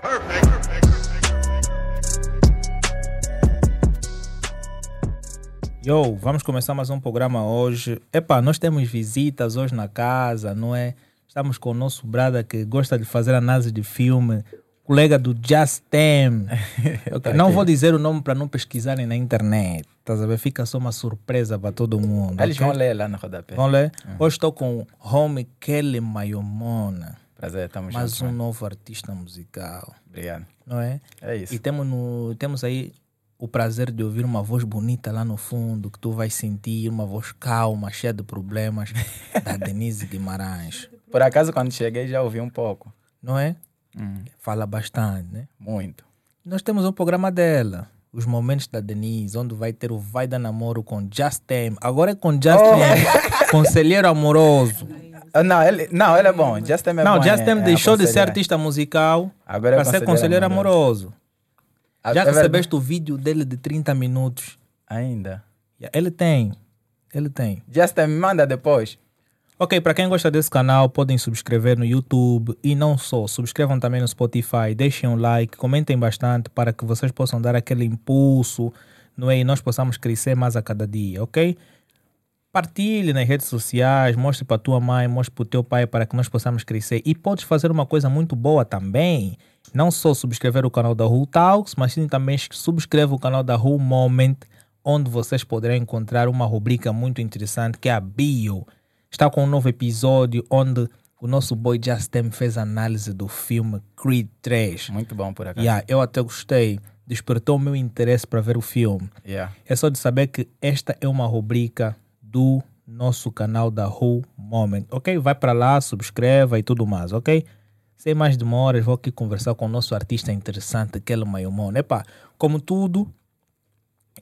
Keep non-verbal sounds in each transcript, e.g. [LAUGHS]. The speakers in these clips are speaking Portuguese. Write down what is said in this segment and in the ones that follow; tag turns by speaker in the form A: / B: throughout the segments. A: Perfect. Perfect.
B: Yo, vamos começar mais um programa hoje. Epá, nós temos visitas hoje na casa, não é? Estamos com o nosso brada que gosta de fazer análise de filme, colega do Just Tem. Ok, Não vou dizer o nome para não pesquisarem na internet, tá sabe? Fica só uma surpresa para todo mundo.
C: Eles
B: ok?
C: vão ler lá no rodapé.
B: Vão ler? Hoje estou com Homie Kelly Mayomona,
C: Prazer, tamo
B: mais
C: junto.
B: um
C: mano.
B: novo artista musical,
C: Obrigado.
B: não é?
C: É isso.
B: E temos, no, temos aí o prazer de ouvir uma voz bonita lá no fundo, que tu vais sentir uma voz calma, cheia de problemas,
C: [LAUGHS]
B: da Denise Guimarães.
C: Por acaso, quando cheguei, já ouvi um pouco.
B: Não é?
C: Hum,
B: Fala bastante, né?
C: Muito.
B: Nós temos um programa dela, Os Momentos da Denise, onde vai ter o Vai da Namoro com Just Time. Agora é com Just
C: Oh. [LAUGHS]
B: Time, conselheiro amoroso.
C: Ah, Não, ele, não, ele é bom. Just Tem é
B: Não,
C: bom.
B: Just
C: é-
B: Time
C: é
B: deixou de ser
C: aconselhar.
B: artista musical
C: Agora é
B: para ser conselheiro amoroso.
C: Ah,
B: Já
C: é verdade.
B: recebeste o vídeo dele de 30 minutos?
C: Ainda.
B: Ele tem. Ele tem.
C: Just Tem, me manda depois.
B: Ok, para quem gosta desse canal, podem subscrever no YouTube e não só, subscrevam também no Spotify, deixem um like, comentem bastante para que vocês possam dar aquele impulso, não é? E nós possamos crescer mais a cada dia, ok? Partilhe nas redes sociais, mostre para tua mãe, mostre para o teu pai para que nós possamos crescer. E podes fazer uma coisa muito boa também. Não só subscrever o canal da Who Talks, mas sim também subscreva o canal da Who Moment, onde vocês poderão encontrar uma rubrica muito interessante que é a Bio. Está com um novo episódio onde o nosso boy Justin fez análise do filme Creed 3.
C: Muito bom, por acaso.
B: Yeah, eu até gostei, despertou o meu interesse para ver o filme.
C: Yeah.
B: É só de saber que esta é uma rubrica do nosso canal da Who Moment, ok? Vai para lá, subscreva e tudo mais, ok? Sem mais demoras, vou aqui conversar com o nosso artista interessante, Kelo Mayomon. Epá, como tudo,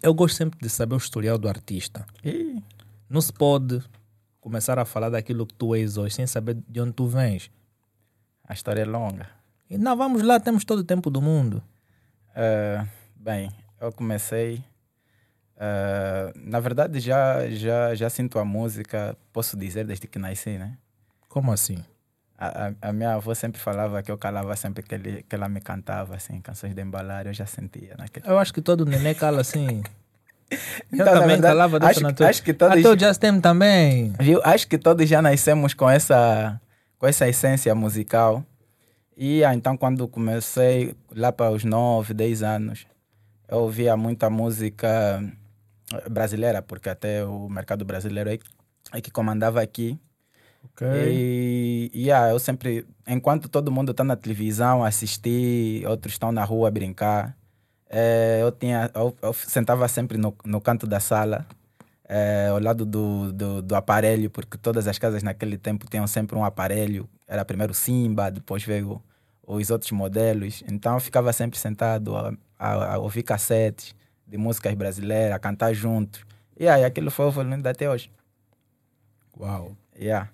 B: eu gosto sempre de saber o historial do artista.
C: Ih,
B: Não se pode começar a falar daquilo que tu és hoje sem saber de onde tu vens.
C: a história é longa.
B: E não, vamos lá, temos todo o tempo do mundo.
C: Ah, bem, eu comecei. ah, na verdade, já, já, já sinto a música, posso dizer, desde que nasci, né?
B: Como assim?
C: A, a- a minha avó sempre falava que eu calava sempre que, ele, que ela me cantava, assim, canções de embalar, eu já sentia naquele...
B: Eu acho que todo neném cala assim. Eu
C: Então, na
B: também
C: verdade,
B: calava dessa
C: acho que-
B: natureza.
C: acho que todos-
B: Até o Justin também.
C: Viu? Acho que todos já nascemos com essa, com essa essência musical. E ah, então, quando comecei, lá para os 9, 10 anos, eu ouvia muita música eh, brasileira, porque até o mercado brasileiro é, é que comandava aqui. E, e ah, eu sempre, enquanto todo mundo está na televisão a assistir, outros estão na rua a brincar, eh, eu, tinha, eu, eu sentava sempre no, no canto da sala, eh, ao lado do, do, do aparelho, porque todas as casas naquele tempo tinham sempre um aparelho. Era primeiro o Simba, depois veio os outros modelos. Então eu ficava sempre sentado a, a- a ouvir cassetes de músicas brasileiras, a cantar juntos. E aí aquilo foi evoluindo até hoje. ah,
B: Uau.
C: Yeah.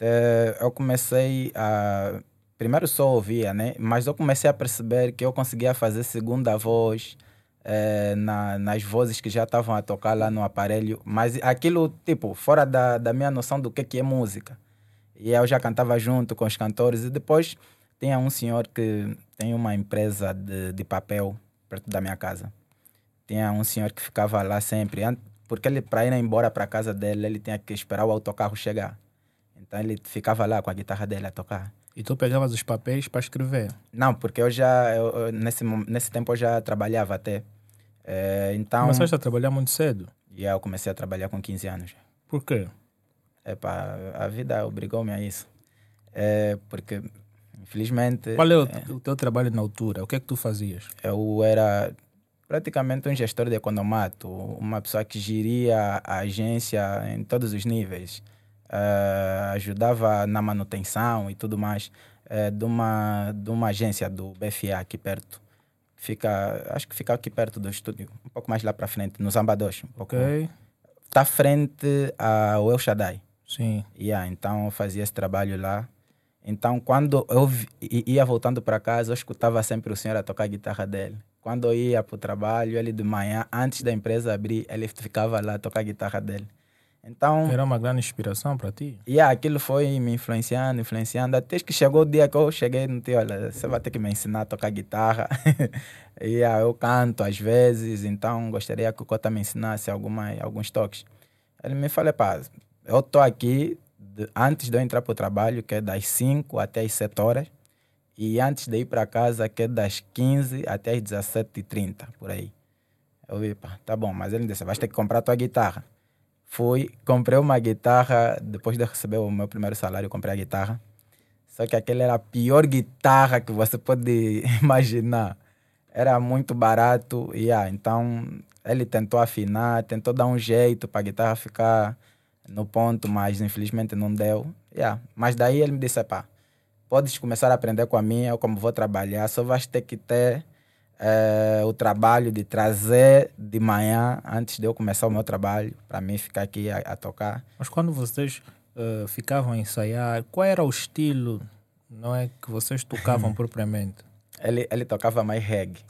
C: Eh, eu comecei a. Primeiro só ouvia, né? Mas eu comecei a perceber que eu conseguia fazer segunda voz eh, na, nas vozes que já estavam a tocar lá no aparelho. Mas aquilo, tipo, fora da, da minha noção do que, que é música. E eu já cantava junto com os cantores. E depois tinha um senhor que tem uma empresa de, de papel perto da minha casa. Tinha um senhor que ficava lá sempre. An- Porque ele, para ir embora para casa dele, ele tinha que esperar o autocarro chegar. Então ele ficava lá com a guitarra dele a tocar.
B: E tu pegavas os papéis para escrever.
C: Não, porque eu já, eu- eu- nesse, mom- nesse tempo eu já trabalhava até. Eh, então,
B: Começaste a trabalhar muito cedo.
C: e eu comecei a trabalhar com 15 anos.
B: Por quê?
C: Epá, a vida obrigou-me a isso. Eh, porque, infelizmente,
B: Qual é o, o teu trabalho na altura? O que é que tu fazias?
C: eu era praticamente um gestor de economato, uma pessoa que geria a agência em todos os níveis, Ah, ajudava na manutenção e tudo mais eh, de, uma, de uma agência do BFA aqui perto. Fica, acho que fica aqui perto do estúdio, um pouco mais lá para frente, no Zamba 2.
B: Ok.
C: Está frente ao El Shaddai.
B: Sim.
C: Yeah, então eu fazia esse trabalho lá. Então, quando eu vi- i- ia voltando para casa, eu escutava sempre o senhor a tocar a guitarra dele. Quando eu ia para o trabalho, ele de manhã, antes da empresa abrir, ele ficava lá a tocar a guitarra dele. Então,
B: Era uma grande inspiração para ti?
C: e yeah, aquilo foi me influenciando, influenciando, até que chegou o dia que eu cheguei no tio, olha, você vai ter que me ensinar a tocar guitarra. [LAUGHS] e yeah, eu canto às vezes, então gostaria que o Cota me ensinasse alguma, alguns toques. Ele me falou, pá, eu tô aqui de- antes de eu entrar para o trabalho, que é das 5 até as 7 horas, e antes de ir para casa, que é das 15 até as 17h30, por aí. Eu vi, pá, tá bom, mas ele disse, vais ter que comprar tua guitarra. Fui, comprei uma guitarra, depois de receber o meu primeiro salário, eu comprei a guitarra. Só que aquela era a pior guitarra que você pode [LAUGHS] imaginar. Era muito barato, e ah, então ele tentou afinar, tentou dar um jeito para a guitarra ficar no ponto, mas infelizmente não deu. Yeah. Mas daí ele me disse, pá, podes começar a aprender com a minha, eu como vou trabalhar, só vais ter que ter eh, o trabalho de trazer de manhã, antes de eu começar o meu trabalho, para mim ficar aqui a, a tocar.
B: Mas quando vocês eh, ficavam a ensaiar, qual era o estilo não é, que vocês
C: [LAUGHS]
B: tocavam propriamente?
C: Ele, ele tocava mais reggae,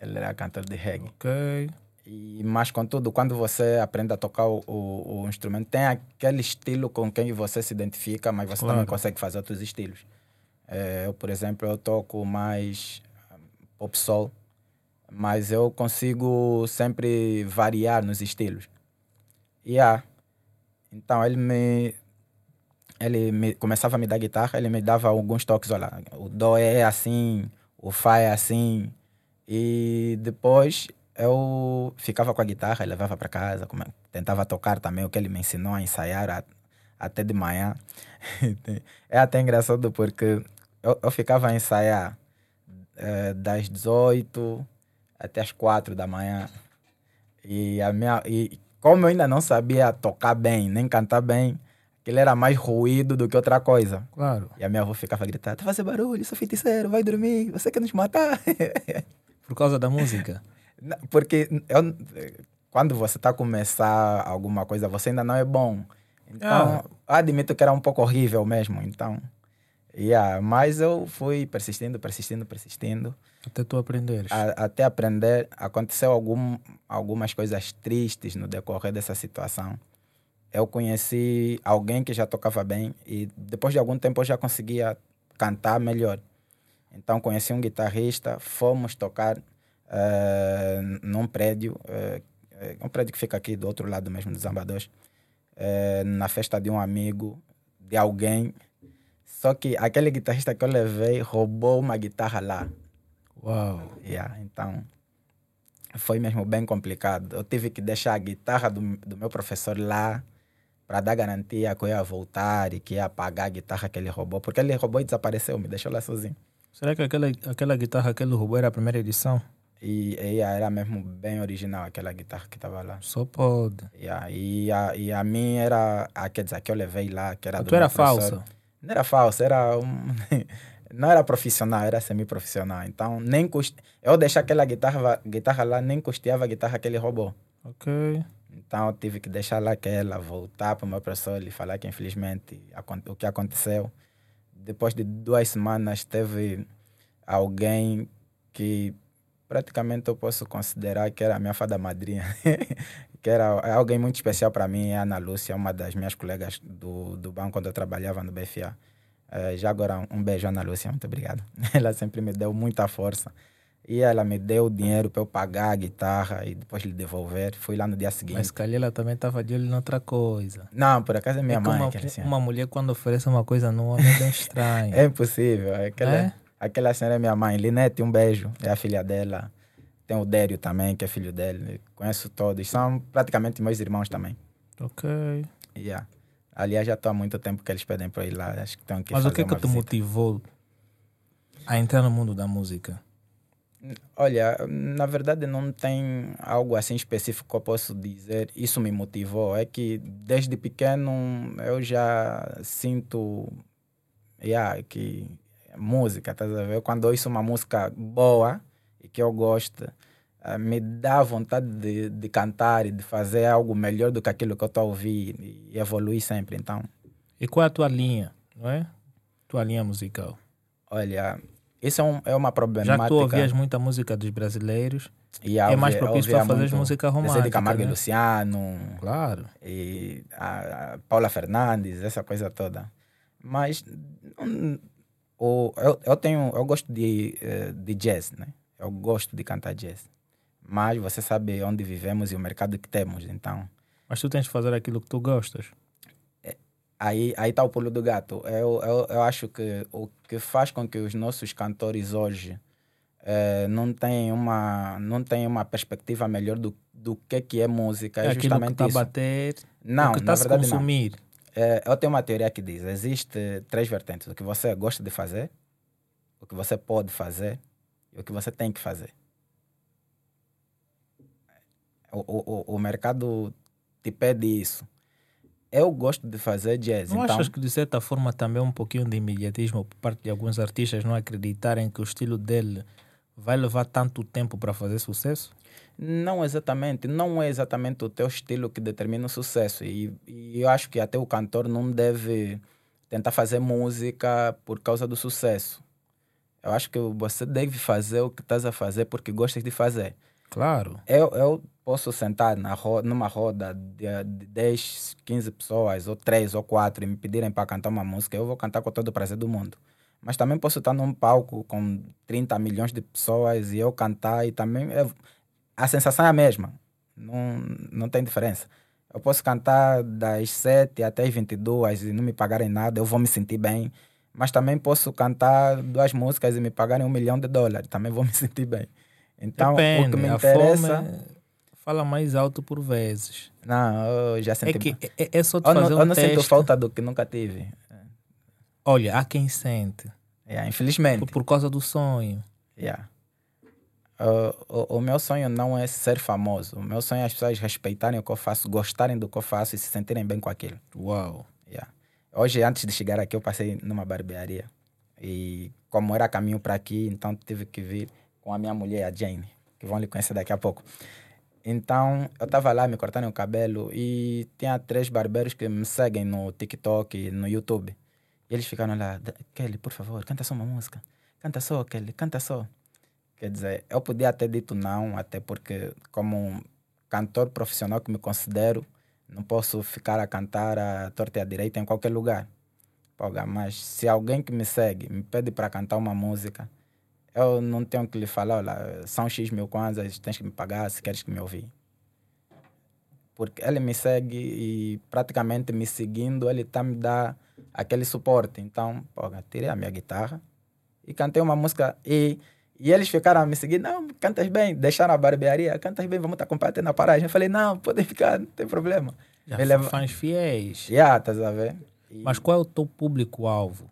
C: ele era cantor de reggae.
B: Ok.
C: E, mas, contudo, quando você aprende a tocar o, o- o instrumento, tem aquele estilo com quem você se identifica, mas você
B: Claro.
C: também consegue fazer outros estilos. Eh, eu, por exemplo, eu toco mais ah, pop soul, mas eu consigo sempre variar nos estilos. E ah, então ele me ele me, começava a me dar guitarra, ele me dava alguns toques, olha, o dó é assim, o fá é assim. E depois eu ficava com a guitarra, levava para casa, come- tentava tocar também o que ele me ensinou a ensaiar a- até de manhã. [LAUGHS] é até engraçado porque eu, eu ficava a ensaiar eh, das 18 até as 4 da manhã. E, a minha, e como eu ainda não sabia tocar bem, nem cantar bem, aquilo era mais ruído do que outra coisa.
B: Claro.
C: E a minha avó ficava gritando, tá fazendo barulho, sou feiticeiro, vai dormir, você quer nos matar.
B: Por causa da
C: [LAUGHS]
B: música.
C: Não, Porque eu- quando você está a começar alguma coisa, você ainda não é bom. Então, eu admito que era um pouco horrível mesmo. Então, yeah, mas eu fui persistindo, persistindo, persistindo.
B: Até tu aprenderes.
C: A- até aprender, aconteceu algum, algumas coisas tristes no decorrer dessa situação. Eu conheci alguém que já tocava bem e depois de algum tempo eu já conseguia cantar melhor. Então conheci um guitarrista, fomos tocar eh, num prédio, eh, eh, um prédio que fica aqui do outro lado mesmo, do Zambadores, eh, na festa de um amigo, de alguém. Só que aquele guitarrista que eu levei roubou uma guitarra lá.
B: Uau.
C: Yeah, então foi mesmo bem complicado. Eu tive que deixar a guitarra do, do meu professor lá para dar garantia que eu ia voltar e que ia pagar a guitarra que ele roubou, porque ele roubou e desapareceu, me deixou lá sozinho.
B: Será que aquela, aquela guitarra que ele roubou era a primeira edição?
C: E, e yeah, era mesmo bem original aquela guitarra que estava lá.
B: Só pode.
C: Yeah, e, a, e a minha era, a, quer dizer, a que eu levei lá, que era do
B: tu era
C: meu professor.
B: falsa.
C: Não era falso, era um... [LAUGHS] não era profissional, era semi-profissional. Então, nem custe... eu deixar aquela guitarra, guitarra lá, nem custeava a guitarra que ele roubou.
B: Ok.
C: Então eu tive que deixar lá que ela voltar para o meu professor e falar que infelizmente acon- o que aconteceu. Depois de duas semanas teve alguém que praticamente eu posso considerar que era a minha fada madrinha, [LAUGHS] que era é alguém muito especial para mim, é a Ana Lúcia, uma das minhas colegas do, do banco quando eu trabalhava no BFA. Eh, já agora um beijo Ana Lúcia, muito obrigado. [LAUGHS] Ela sempre me deu muita força. E ela me deu o dinheiro para eu pagar a guitarra e depois lhe devolver. Fui lá no dia seguinte.
B: Mas se calhar ela também estava de olho em outra coisa.
C: Não, por acaso é minha
B: É que
C: mãe.
B: uma,
C: aquela senhora.
B: uma mulher quando oferece uma coisa num homem
C: [LAUGHS]
B: é bem estranho.
C: É impossível. Aquela,
B: É?
C: aquela senhora é minha mãe. Linete, um beijo. É a filha dela. Tem o Dério também, que é filho dele. Conheço todos. São praticamente meus irmãos também.
B: Ok.
C: Yeah. Aliás, já estou há muito tempo que eles pedem para ir lá. Acho que estão aqui
B: Mas o que é que
C: uma
B: te
C: visita.
B: motivou a entrar no mundo da música?
C: Olha, na verdade não tem algo assim específico que eu posso dizer. Isso me motivou. É que desde pequeno eu já sinto yeah, que música, tá a ver? Quando eu ouço uma música boa e que eu gosto, eh, me dá vontade de, de cantar e de fazer algo melhor do que aquilo que eu estou a ouvir e evoluir sempre. Então,
B: E qual é a tua linha, não é? Tua linha musical.
C: olha, isso é, um, é uma
B: Já
C: problemática.
B: que tu ouvias muita música dos brasileiros,
C: E
B: É
C: ouvia-
B: mais propício
C: ouvia
B: para fazer
C: muito
B: música
C: Zezé de
B: romântica.
C: Camargo e
B: né?
C: Luciano,
B: Claro.
C: e a a Paula Fernandes, essa coisa toda. Mas hum, o, eu, eu tenho, eu gosto de, eh, de jazz, né? Eu gosto de cantar jazz. Mas você sabe onde vivemos e o mercado que temos, então
B: Mas tu tens de fazer aquilo que tu gostas.
C: aí aí tá o pulo do gato. Eu, eu, eu acho que o que faz com que os nossos cantores hoje eh, não tenham uma não tenham uma perspectiva melhor do, do que que é música,
B: É,
C: é,
B: aquilo que
C: justamente
B: está a
C: isso.
B: bater, é
C: Não,
B: o que está
C: na
B: a se
C: verdade não.
B: consumir.
C: É, eu tenho uma teoria que diz: existe três vertentes. O que você gosta de fazer, o que você pode fazer e o que você tem que fazer. O, o, o, o mercado te pede isso. Eu gosto de fazer jazz.
B: Não
C: então,
B: achas que de certa forma também é um pouquinho de imediatismo por parte de alguns artistas não acreditarem que o estilo dele vai levar tanto tempo para fazer sucesso?
C: Não exatamente. Não é exatamente o teu estilo que determina o sucesso. E, e eu acho que até o cantor não deve tentar fazer música por causa do sucesso. Eu acho que você deve fazer o que estás a fazer porque gostas de fazer.
B: Claro.
C: Eu, eu posso sentar na ro numa roda de, de 10, 15 pessoas, ou 3 ou 4, e me pedirem para cantar uma música, eu vou cantar com todo o prazer do mundo. Mas também posso estar num palco com 30 milhões de pessoas e eu cantar, e também é- a sensação é a mesma. Não, não tem diferença. Eu posso cantar das 7 até as 22 e não me pagarem nada, eu vou me sentir bem. Mas também posso cantar duas músicas e me pagarem um milhão de dólares, também vou me [LAUGHS] sentir bem. Então, o que
B: Depende, né?
C: me
B: a é-
C: interessa.
B: fome fala mais alto por vezes.
C: Não, eu já senti.
B: É que é, é só te
C: eu não,
B: fazer
C: eu
B: um
C: não
B: teste.
C: sinto falta do que nunca tive.
B: Olha, há quem sente
C: É, infelizmente.
B: por, por causa do sonho.
C: Yeah. O, o, o meu sonho não é ser famoso. O meu sonho é as pessoas respeitarem o que eu faço, gostarem do que eu faço e se sentirem bem com aquilo.
B: Uau.
C: Yeah. Hoje, antes de chegar aqui, eu passei numa barbearia. E como era caminho para aqui, então tive que vir com a minha mulher, a Jane, que vão lhe conhecer daqui a pouco. Então, eu estava lá me cortando o cabelo e tinha três barbeiros que me seguem no TikTok e no YouTube. E eles ficaram lá, "Da- Kelly, por favor, canta só uma música. Canta só, Kelly, canta só. Quer dizer, eu podia até dito não, até porque como um cantor profissional que me considero, não posso ficar a cantar a torta e a direita em qualquer lugar. Poga, mas se alguém que me segue me pede para cantar uma música, eu não tenho que lhe falar, olha, são X mil kwanzas, tens que me pagar se queres que me ouvir. Porque ele me segue e praticamente me seguindo, ele está me dá aquele suporte. Então, poga, tirei a minha guitarra e cantei uma música e... E eles ficaram a me seguir, não, cantas bem, deixaram a barbearia, cantas bem, vamos estar compartilhando na paragem. Eu falei, não, podem ficar, não tem problema.
B: Já
C: Ele é-
B: fãs fiéis.
C: Yeah, estás a ver? E
B: Mas qual é o teu público-alvo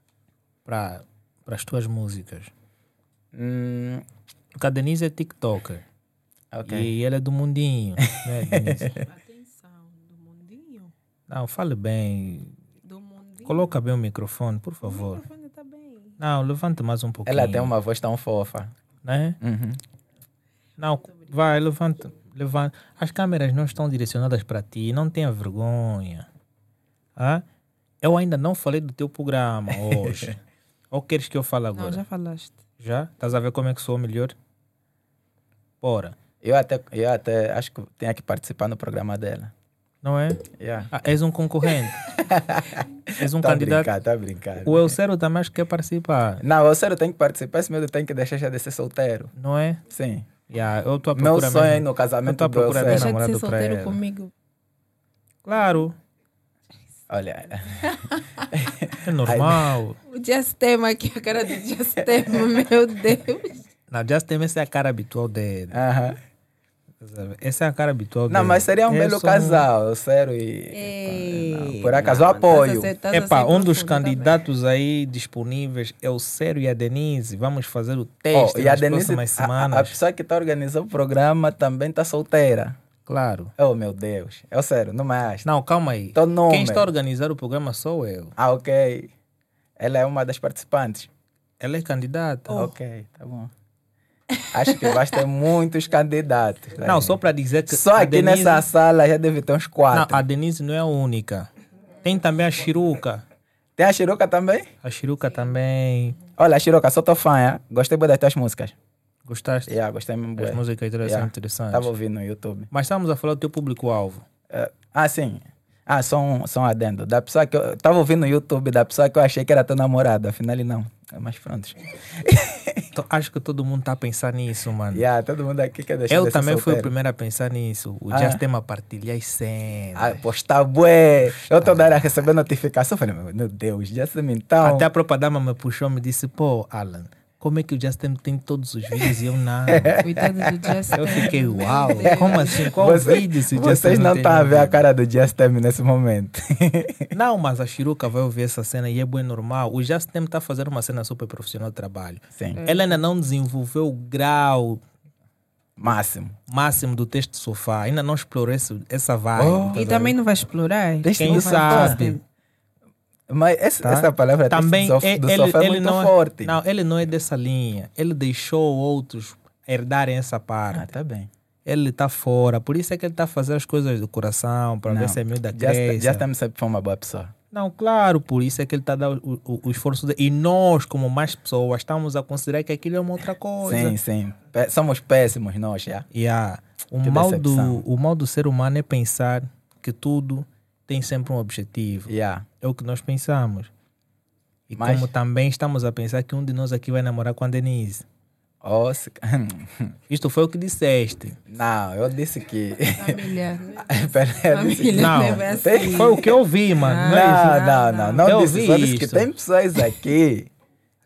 B: para as tuas músicas?
C: Hum,
B: Porque a Denise é TikToker.
C: ok.
B: E ela é do mundinho.
C: [LAUGHS]
B: Né, Denise?
A: Atenção, do mundinho.
B: Não, fale bem.
A: Do mundinho.
B: Coloca bem o microfone, por
A: O
B: favor.
A: microfone tá bem.
B: Não, levante mais um pouquinho.
C: Ela tem uma voz tão fofa.
B: Né?
C: Uhum.
B: Não, vai, levanta, levanta. As câmeras não estão direcionadas para ti, não tenha vergonha. Ah? Eu ainda não falei do teu programa
C: [LAUGHS]
B: hoje. Ou queres que eu fale
A: Não,
B: agora?
A: já falaste.
B: já? Estás a ver como é que sou melhor? Bora,
C: Eu, até, eu até acho que tenho que participar no programa dela.
B: não é?
C: Yeah.
B: Ah, és um
C: [LAUGHS]
B: concorrente. és um
C: tá
B: candidato.
C: brincando, tá brincando.
B: O Elcero também acho que quer participar,
C: Não, eu sério tenho que participar, esse medo tem que deixar já de ser solteiro.
B: não é?
C: Sim.
B: Yeah, eu estou a
C: Meu
B: procurar
C: sonho é ir
B: mesmo.
C: no
B: Eu tô
C: casamento
B: à
C: do
B: procura
C: Elcero.
B: dela.
A: Deixa de
B: É, namorado
A: ser
B: pra ela.
A: solteiro comigo.
B: Claro,
C: Olha,
B: é [LAUGHS] normal.
A: O Diastema aqui, a cara do [LAUGHS] Diastema, meu Deus.
B: Na Justin, essa é a cara habitual dele.
C: aham.
B: Sabe? Essa é a cara habitual
C: não,
B: dele. É
C: mas seria um
B: Eu
C: belo
B: sou
C: casal, eu sério. E...
A: Ei,
C: Não, por acaso, eu
A: é não, tás
C: apoio.
A: a ser- tás a
B: Epá,
A: ser
B: um dos
A: profundo, tá bem.
B: candidatos aí disponíveis é o Sério e a Denise. Vamos fazer o
C: Oh,
B: teste
C: e a
B: nas
C: Denise,
B: próximas
C: a- a,
B: semanas.
C: a pessoa que está organizando o programa também está solteira.
B: Claro.
C: Oh, meu Deus. É sério, não me acha.
B: Não, calma aí.
C: Então, não,
B: Quem
C: meu.
B: está a organizar o programa sou eu.
C: Ah, ok. Ela é uma das participantes.
B: Ela é candidata.
C: Ok, tá bom. Acho que vai ter muitos candidatos. né?
B: Não, só para dizer que.
C: Só
B: a
C: aqui
B: Denise-
C: nessa sala já deve ter uns
B: Não,
C: quatro.
B: a Denise não é a única. Tem também a Chiruca.
C: Tem a Xiroca também?
B: A Chiruca também.
C: é? Olha, Xiroca, sou tua fã, hein? Gostei muito das tuas músicas.
B: Gostaste?
C: Yeah, gostei mesmo.
B: As
C: bué.
B: músicas são
C: Yeah.
B: interessantes.
C: Estava ouvindo no YouTube.
B: Mas estamos a falar do teu público-alvo.
C: Eh, ah, sim. Ah, só um, só um adendo. Da pessoa que eu estava ouvindo no YouTube, da pessoa que eu achei que era tua namorada, afinal ele não. É, Mas pronto.
B: Tô- Então, Acho que todo mundo está a pensar nisso, mano.
C: Yeah, ah, todo mundo aqui quer deixar
B: Eu
C: de ser
B: também fui o
C: solteiro.
B: primeiro a pensar nisso. O
C: Ah.
B: Justin a partilhar as cenas.
C: Ah, postar bué. Eu toda hora recebendo notificação. Eu Falei, meu Deus, Jasmine, então.
B: Até a própria dama me puxou e me disse: pô, Alan, como é que o Justin tem todos os vídeos e eu
C: [LAUGHS]
B: não? [LAUGHS]
A: Coitado do Justin.
B: Eu fiquei, uau, como assim? Qual
C: Você-
B: vídeo se o Justin
C: Vocês não
B: tem
C: estão a ver a
B: vídeo?
C: cara do Jasmine nesse momento. [LAUGHS]
B: Não, mas a Shiruka vai ouvir essa cena e é bem normal. O Justin está a fazer uma cena super profissional de trabalho.
C: Sim,
B: Ela ainda não desenvolveu o grau
C: máximo.
B: máximo do texto de sofá, ainda não explorou esse- essa vibe.
C: Oh.
B: tá
A: E
B: vendo?
A: também não vai explorar.
C: Deixa
B: Quem
A: Não
C: eu
A: vai
B: sabe?
A: explorar.
C: Mas essa,
B: Tá.
C: essa palavra texto
B: Também
C: do, sof-
B: é-
C: do
B: ele,
C: sofá é
B: ele
C: muito
B: não
C: forte.
B: É, não, ele não é dessa linha. Ele deixou outros herdarem essa
C: Ah,
B: parte.
C: tá bem.
B: Ele está fora. Por isso é que ele está a fazer as coisas do coração, para
C: Não.
B: ver se é miúda cresce.
C: Jasmine sempre foi uma boa pessoa.
B: Não, claro, por isso é que ele está a dar o, o- o esforço dele. E nós, como mais pessoas, estamos a considerar que aquilo é uma outra coisa.
C: Sim, sim. Pé- Somos péssimos nós, já.
B: Yeah. O,
C: Que
B: mal do,
C: decepção.
B: o mal do ser humano é pensar que tudo tem sempre um objetivo.
C: Yeah.
B: É o que nós pensamos. E
C: Mas-
B: como também estamos a pensar que um de nós aqui vai namorar com a Denise.
C: Oh, se-
B: Isto foi o que disseste.
C: [LAUGHS] Não, eu disse que. [LAUGHS]
A: Família.
C: Pera, eu disse que-
A: Família
B: Não.
A: não é assim.
B: Foi o que eu vi, mano. Não é isso?
C: Não, não, não. Não,
B: Eu
C: disse,
B: vi
C: só disse que
B: isso.
C: tem pessoas
B: [LAUGHS]
C: aqui.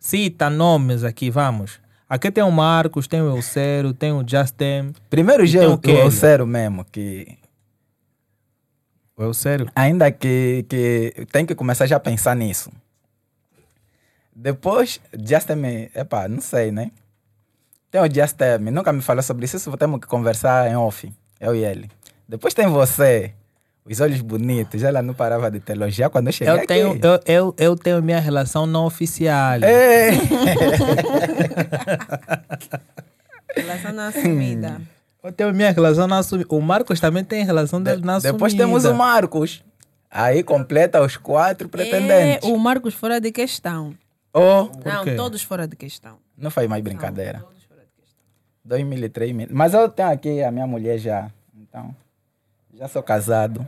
B: Cita nomes aqui, vamos. Aqui tem o Marcos, tem o Elcero, tem o Justin.
C: Primeiro já
B: Então,
C: eu, eu
B: Kelly.
C: sério mesmo que
B: O Elcero?
C: ainda que que tem que começar já a pensar nisso. Depois, Justin, me- epá, não sei, né? Tem o Justin, me- nunca me falou sobre isso, isso temos que conversar em off, eu e ele. Depois tem você, os olhos bonitos, ela não parava de te elogiar quando eu cheguei
B: Eu tenho,
C: aqui.
B: eu, eu, eu tenho minha relação não oficial.
C: Ei!
A: Relação não assumida.
B: Eu tenho minha relação na assumida. O Marcos também tem relação dele na assumida.
C: Depois temos o Marcos. Aí completa os quatro pretendentes.
A: É, o Marcos fora de questão.
C: Oh,
A: não,
B: quê?
A: todos fora de questão.
C: não faz mais brincadeira.
A: Não, todos fora de questão.
C: 2003 mil. Mas eu tenho aqui a minha mulher já. Então, já sou casado.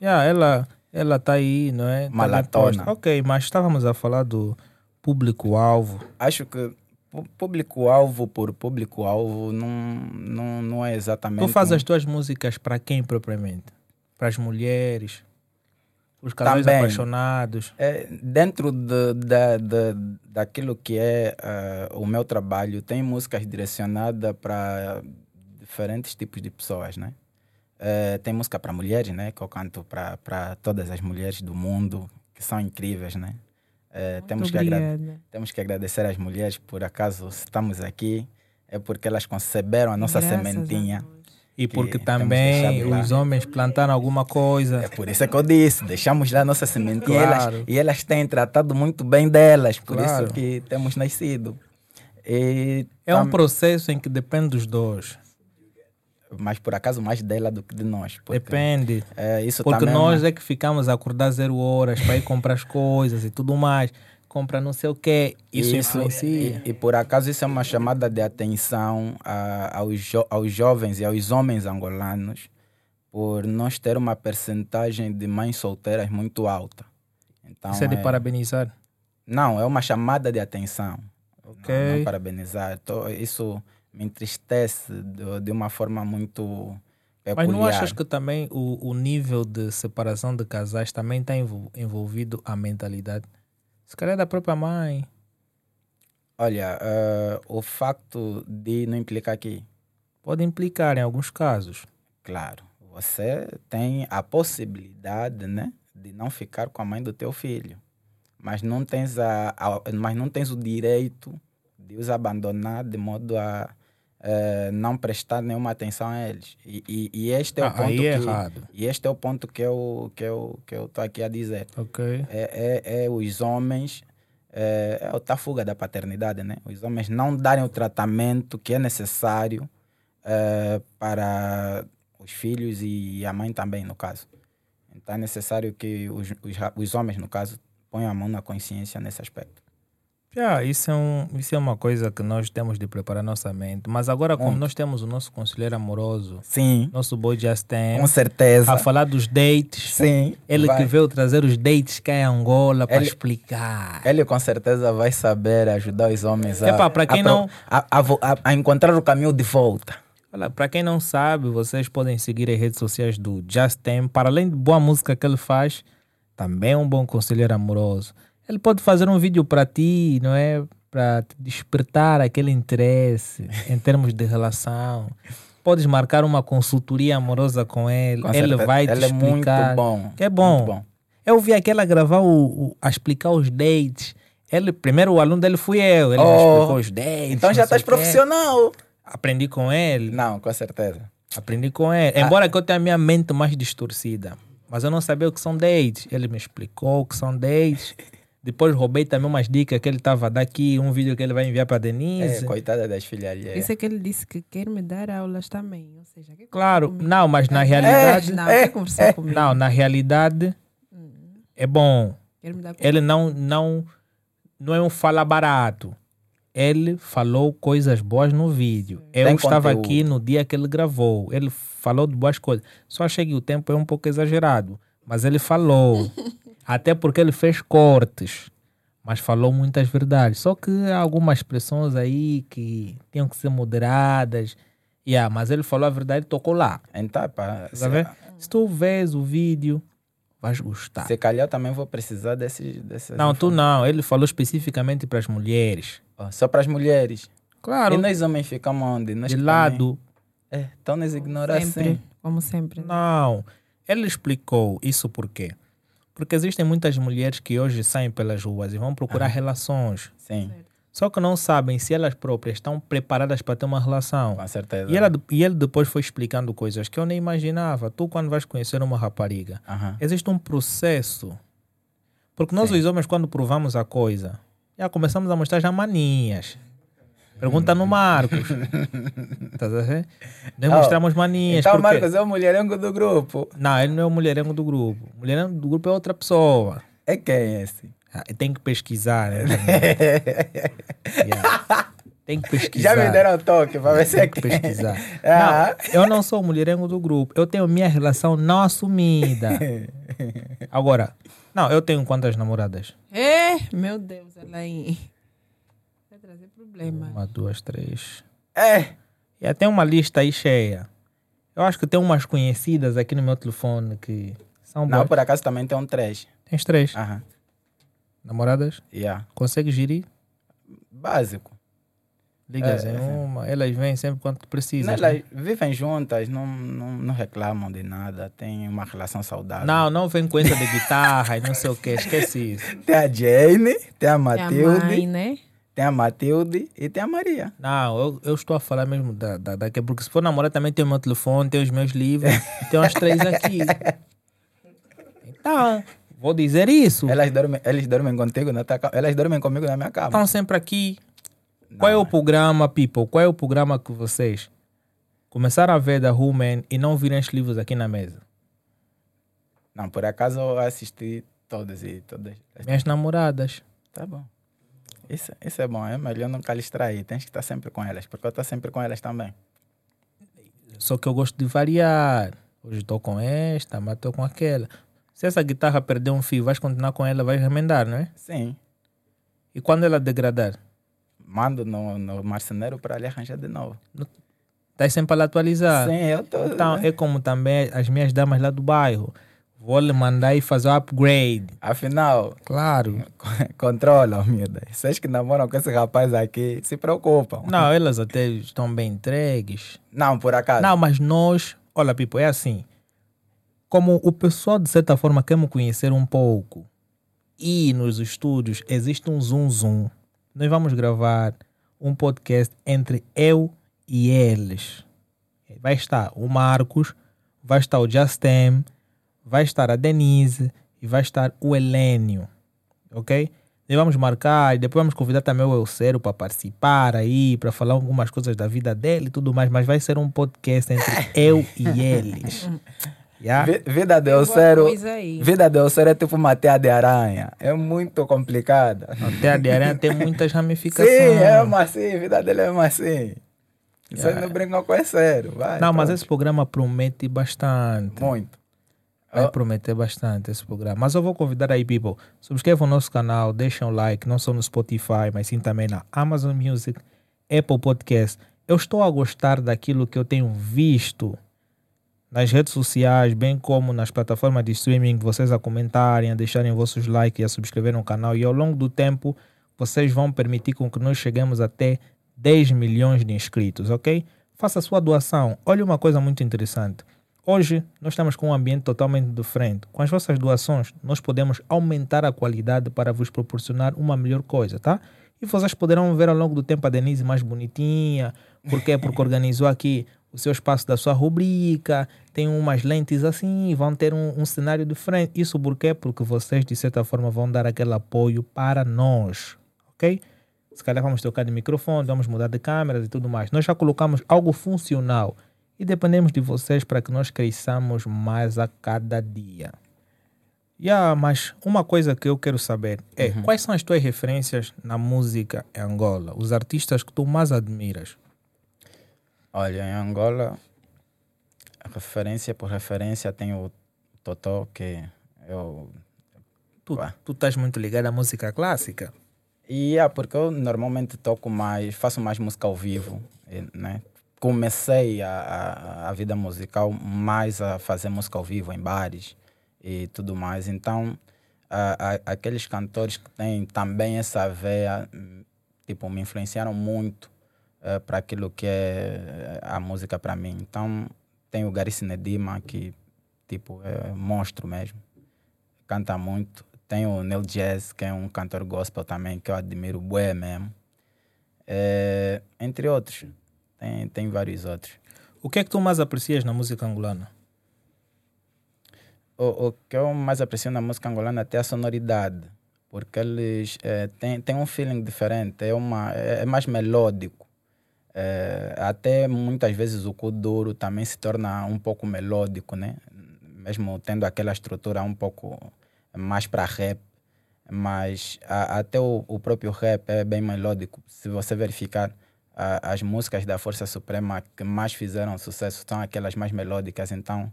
B: Yeah, ela, ela tá aí, não é? Também
C: Malatona.
B: posta. Ok, mas estávamos a falar do público-alvo.
C: Acho que pu- público-alvo por público-alvo não, não, não é exatamente.
B: Tu fazes
C: um-
B: as tuas músicas para quem propriamente? Para as mulheres, os casais
C: Também.
B: apaixonados.
C: É, dentro de, da- da- daquilo que é ah, o meu trabalho, tem músicas direcionadas para diferentes tipos de pessoas, né? Eh, tem música para mulheres, né? Que eu canto para todas as mulheres do mundo, que são incríveis, né? Eh, temos, que agrade-
A: Obrigada.
C: temos que agradecer às mulheres, por acaso se estamos aqui, é porque elas conceberam a nossa
A: Graças a
C: sementinha.
A: Deus.
B: E porque
C: é, temos
B: também
C: deixado lá.
B: os homens plantaram alguma
C: É
B: coisa.
C: por isso que eu disse, deixamos lá nossa semente. E,
B: Claro.
C: elas, e elas têm tratado muito bem delas, por
B: Claro.
C: isso que temos nascido. E,
B: É um processo em que depende dos dois.
C: mas por acaso mais dela do que de nós. Porque,
B: Depende.
C: é, isso
B: Porque
C: também é
B: nós
C: uma-
B: é que ficamos a acordar zero horas para ir comprar as coisas e tudo mais. Comprar não sei o quê. Isso, influencia.
C: E, e por acaso isso é uma chamada de atenção a- aos, jo- aos jovens e aos homens angolanos por nós ter uma percentagem de mães solteiras muito alta. Então,
B: Isso é de
C: é-
B: parabenizar.
C: Não, é uma chamada de atenção.
B: Ok.
C: Não, não parabenizar. Tô- isso me entristece de, de uma forma muito peculiar.
B: Mas não achas que também o, o nível de separação de casais também está envolvido a mentalidade? Se calhar é da própria mãe.
C: Olha, eh, o facto de não implicar que,
B: Pode implicar em alguns casos.
C: claro, você tem a possibilidade, né, de não ficar com a mãe do teu filho, mas não tens a, a- mas não tens o direito de os abandonar de modo a eh, não prestar nenhuma atenção a eles. E, e- e este é o
B: Ah,
C: ponto
B: aí
C: que
B: é errado.
C: E este é o ponto que eu que eu que eu tô aqui a dizer.
B: Ok.
C: É, é, é os homens é, é outra fuga da paternidade, né? Os homens não darem o tratamento que é necessário eh, para os filhos e a mãe também, no caso. Então é necessário que os, os, ra- os homens, no caso, ponham a mão na consciência nesse aspecto.
B: Já, isso, é um, isso é uma coisa que nós temos de preparar nossa mente. Mas agora, como nós temos o nosso conselheiro amoroso,
C: Sim,
B: nosso boy Justin,
C: com certeza.
B: a falar dos dates,
C: Sim.
B: É. ele
C: vai.
B: que veio trazer os dates cá em Angola para
C: Ele-
B: explicar.
C: Ele com certeza vai saber ajudar os homens a,
B: Epá, É, pra quem
C: a, pro-
B: não-
C: a, a vo- a- a encontrar o caminho de volta.
B: Olha, para quem não sabe, vocês podem seguir as redes sociais do Justin. Para além de boa música que ele faz, também é um bom conselheiro amoroso. Ele pode fazer um vídeo para ti, não é? Para te despertar aquele
C: [LAUGHS]
B: interesse em termos de relação. Podes marcar uma consultoria amorosa com ele.
C: Com
B: ele
C: certeza.
B: vai te
C: Ele é muito
B: explicar.
C: bom.
B: É bom.
C: Muito bom.
B: Eu vi aquela gravar o, o- a explicar os dates. Ele, primeiro o aluno dele fui eu. Ele me
C: Oh,
B: explicou os dates.
C: Então
B: não
C: já
B: sei
C: estás
B: o quê.
C: profissional.
B: Aprendi com ele.
C: Não, com certeza.
B: Aprendi com ele. Embora que eu tenha a minha mente mais distorcida. Mas eu não sabia o que são dates. Ele me explicou o que são dates. Depois roubei também umas dicas que ele estava daqui, um vídeo que ele vai enviar para
C: É,
B: Denise.
C: coitada das filhas alheias.
A: Isso é que ele disse que quer me dar aulas também. Ou seja, quer
B: claro,
A: conversar
B: não, mas na
A: comigo.
C: É,
B: realidade,
A: não, quer conversar comigo.
B: não, na realidade é bom.
A: Quer me
C: É,
A: dar
B: Ele não não não é um fala barato. Ele falou coisas boas no vídeo. Eu
C: Tem
B: estava
C: conteúdo.
B: aqui no dia que ele gravou. Ele falou de boas coisas. Só achei que o tempo é um pouco exagerado. Mas ele
C: [LAUGHS]
B: falou. Até porque ele fez cortes. Mas falou muitas verdades. Só que há algumas expressões aí que tinham que ser moderadas. Yeah, mas ele falou a verdade e tocou lá.
C: Então,
B: Tá
C: pá, se,
B: vendo? Se tu vês o vídeo, vais gostar.
C: se calhar eu também vou precisar desse, dessas
B: Não, tu não. Ele falou especificamente para as mulheres.
C: Ó, Só para as mulheres.
B: Claro. né?
C: E nós homens ficamos onde? Nós
B: de
C: também-
B: lado.
C: É, então nos ignorar
A: sempre,
C: assim.
A: como sempre. né?
B: Não. Ele explicou isso por quê? Porque existem muitas mulheres que hoje saem pelas ruas e vão procurar relações.
C: Sim,
B: Só que não sabem se elas próprias estão preparadas para ter uma relação.
C: com certeza.
B: E, ela, e ele depois foi explicando coisas que eu nem imaginava. Tu, quando vais conhecer uma rapariga,
C: Aham.
B: existe um processo. Porque nós, os homens, quando provamos a coisa, já começamos a mostrar já maninhas. Pergunta no
C: [LAUGHS]
B: Marcos. Tá certo? Nós
C: Oh,
B: mostramos maninhas.
C: Então,
B: porque-
C: Marcos é o mulherengo do grupo.
B: Não, ele não é o mulherengo do grupo. O mulherengo do grupo é outra pessoa.
C: É quem esse?
B: Ah, Tem que pesquisar.
C: [LAUGHS]
B: Né? Yeah. Tem que pesquisar.
C: Já me deram toque para ver se [LAUGHS]
B: [LAUGHS]
C: é
B: Tem que
C: quem.
B: pesquisar.
C: Ah.
B: Não, eu não sou o mulherengo do grupo. Eu tenho minha relação não
C: [LAUGHS]
B: assumida. Agora, não, eu tenho quantas namoradas?
A: É, meu Deus, Alain. Vai trazer problema.
B: Uma, duas, três.
C: É,
B: E até uma lista aí cheia. Eu acho que tem umas conhecidas aqui no meu telefone que são
C: não,
B: boas.
C: por acaso também tem um trash.
B: Tens três.
C: Aham,
B: Namoradas?
C: yeah.
B: Consegue gerir?
C: Básico.
B: Ligas
C: É,
B: em
C: é.
B: uma. Elas vêm sempre quando tu precisas.
C: Não, é
B: né? Não,
C: elas vivem juntas, não, não, não reclamam de nada, tem uma relação saudável.
B: não, vem com essa de guitarra e não sei o que. Esquece isso.
C: Tem a Jane, tem a
A: É a mãe,
C: Matilde,
A: né?
C: tem a Matilde e tem a Maria.
B: Não, eu, eu estou a falar mesmo da, da, da... Porque se for namorar também tem o meu telefone, tem os meus livros. tem umas três aqui. Então, vou dizer isso.
C: Elas dormem, eles dormem contigo na tua cama. Elas dormem comigo na minha cama.
B: estão sempre aqui. Qual é o programa, people? Qual é o programa que vocês começaram a ver da Human e não viram os livros aqui na mesa?
C: Não, por acaso eu assisti todas e todas.
B: Minhas namoradas.
C: Tá bom. Isso, isso é bom, é melhor nunca lhes trair. Tens que estar sempre com elas, porque eu estou sempre com elas também.
B: Só que eu gosto de variar. Hoje estou com esta, mas estou com aquela. Se essa guitarra perder um fio, vais continuar com ela, vais remendar, não é?
C: Sim.
B: E quando ela degradar?
C: Mando no, no marceneiro para lhe arranjar de novo.
B: Estás Tá sempre a lá atualizar.
C: Sim, eu tô.
B: Então, é como também as minhas damas lá do bairro. Vou lhe mandar e fazer o upgrade.
C: Afinal, [LAUGHS]
B: Claro.
C: controla, miúda. Vocês que namoram com esse rapaz aqui, se preocupam.
B: Não, elas até estão bem entregues.
C: Não, por acaso.
B: Não, mas nós, olha, Pipo, é assim. Como o pessoal, de certa forma, quer me conhecer um pouco, e nos estúdios existe um zoom zoom. Nós vamos gravar um podcast entre eu e eles. Vai estar o Marcos, vai estar o Justin, vai estar a Denise e vai estar o Helênio. Ok? Nós vamos marcar e depois vamos convidar também o Elcero para participar aí, para falar algumas
C: [LAUGHS]
B: coisas da vida dele e tudo mais, mas vai ser um podcast entre eu e eles. Yeah?
C: Vi- Vida de
A: Alguma
C: Ocero.
A: coisa aí.
C: Vida de Ocero é tipo uma teia de aranha. É muito complicada.
B: Até a de aranha tem muitas
C: Sim,
B: ramificações.
C: é uma assim. Vida dele é uma assim. Você não brincam com é sério. Vai,
B: Não, mas é
C: pronto.
B: esse programa promete bastante.
C: Muito.
B: Vai prometer bastante esse programa. Mas eu vou convidar aí, people. Subscrevam o nosso canal, deixem o like, não só no Spotify, mas sim também na Amazon Music, Apple Podcast. Eu estou a gostar daquilo que eu tenho visto nas redes sociais, bem como nas plataformas de streaming, vocês a comentarem, a deixarem vossos likes e a subscreverem o canal. E ao longo do tempo, vocês vão permitir com que nós cheguemos até 10 milhões de inscritos, ok? Faça sua doação. Olha uma coisa muito interessante. Hoje, nós estamos com um ambiente totalmente diferente. Com as vossas doações, nós podemos aumentar a qualidade para vos proporcionar uma melhor coisa, tá? E vocês poderão ver ao longo do tempo a Denise mais bonitinha. Por quê? Porque organizou aqui o seu espaço da sua rubrica, tem umas lentes assim, vão ter um, um cenário diferente. Isso por quê? Porque vocês, de certa forma, vão dar aquele apoio para nós, ok? Se calhar vamos trocar de microfone, vamos mudar de câmeras e tudo mais. Nós já colocamos algo funcional e dependemos de vocês para que nós cresçamos mais a cada dia. Yeah, mas uma coisa que eu quero saber é quais são as tuas referências na música em Angola? Os artistas que tu mais admiras?
C: Olha, em Angola, referência por referência, tem o Totó, que é eu.
B: Tu,
C: Ué.
B: tu estás muito ligado à música clássica?
C: E é porque eu normalmente toco mais, faço mais música ao vivo, e, né? Comecei a, a, a vida musical mais a fazer música ao vivo em bares e tudo mais. Então, a, a, aqueles cantores que têm também essa veia, hum, tipo, me influenciaram muito para aquilo que é eh, a música para mim. Então, tem o Gary Sinedima, que, tipo, é monstro mesmo canta muito. Tem o Neil Jazz, que é um cantor gospel também, que eu admiro bué mesmo. É, entre outros. Tem, tem vários outros.
B: O que é que tu mais aprecias na música angolana?
C: O, o que eu mais aprecio na música angolana é até a sonoridade. Porque eles eh, têm tem um feeling diferente, é, uma, é, é mais melódico. Eh, até muitas vezes o Kuduro também se torna um pouco melódico, né? Mesmo tendo aquela estrutura um pouco mais para rap. Mas a- até o, o próprio rap é bem melódico. Se você verificar a- as músicas da Força Suprema que mais fizeram sucesso são aquelas mais melódicas. Então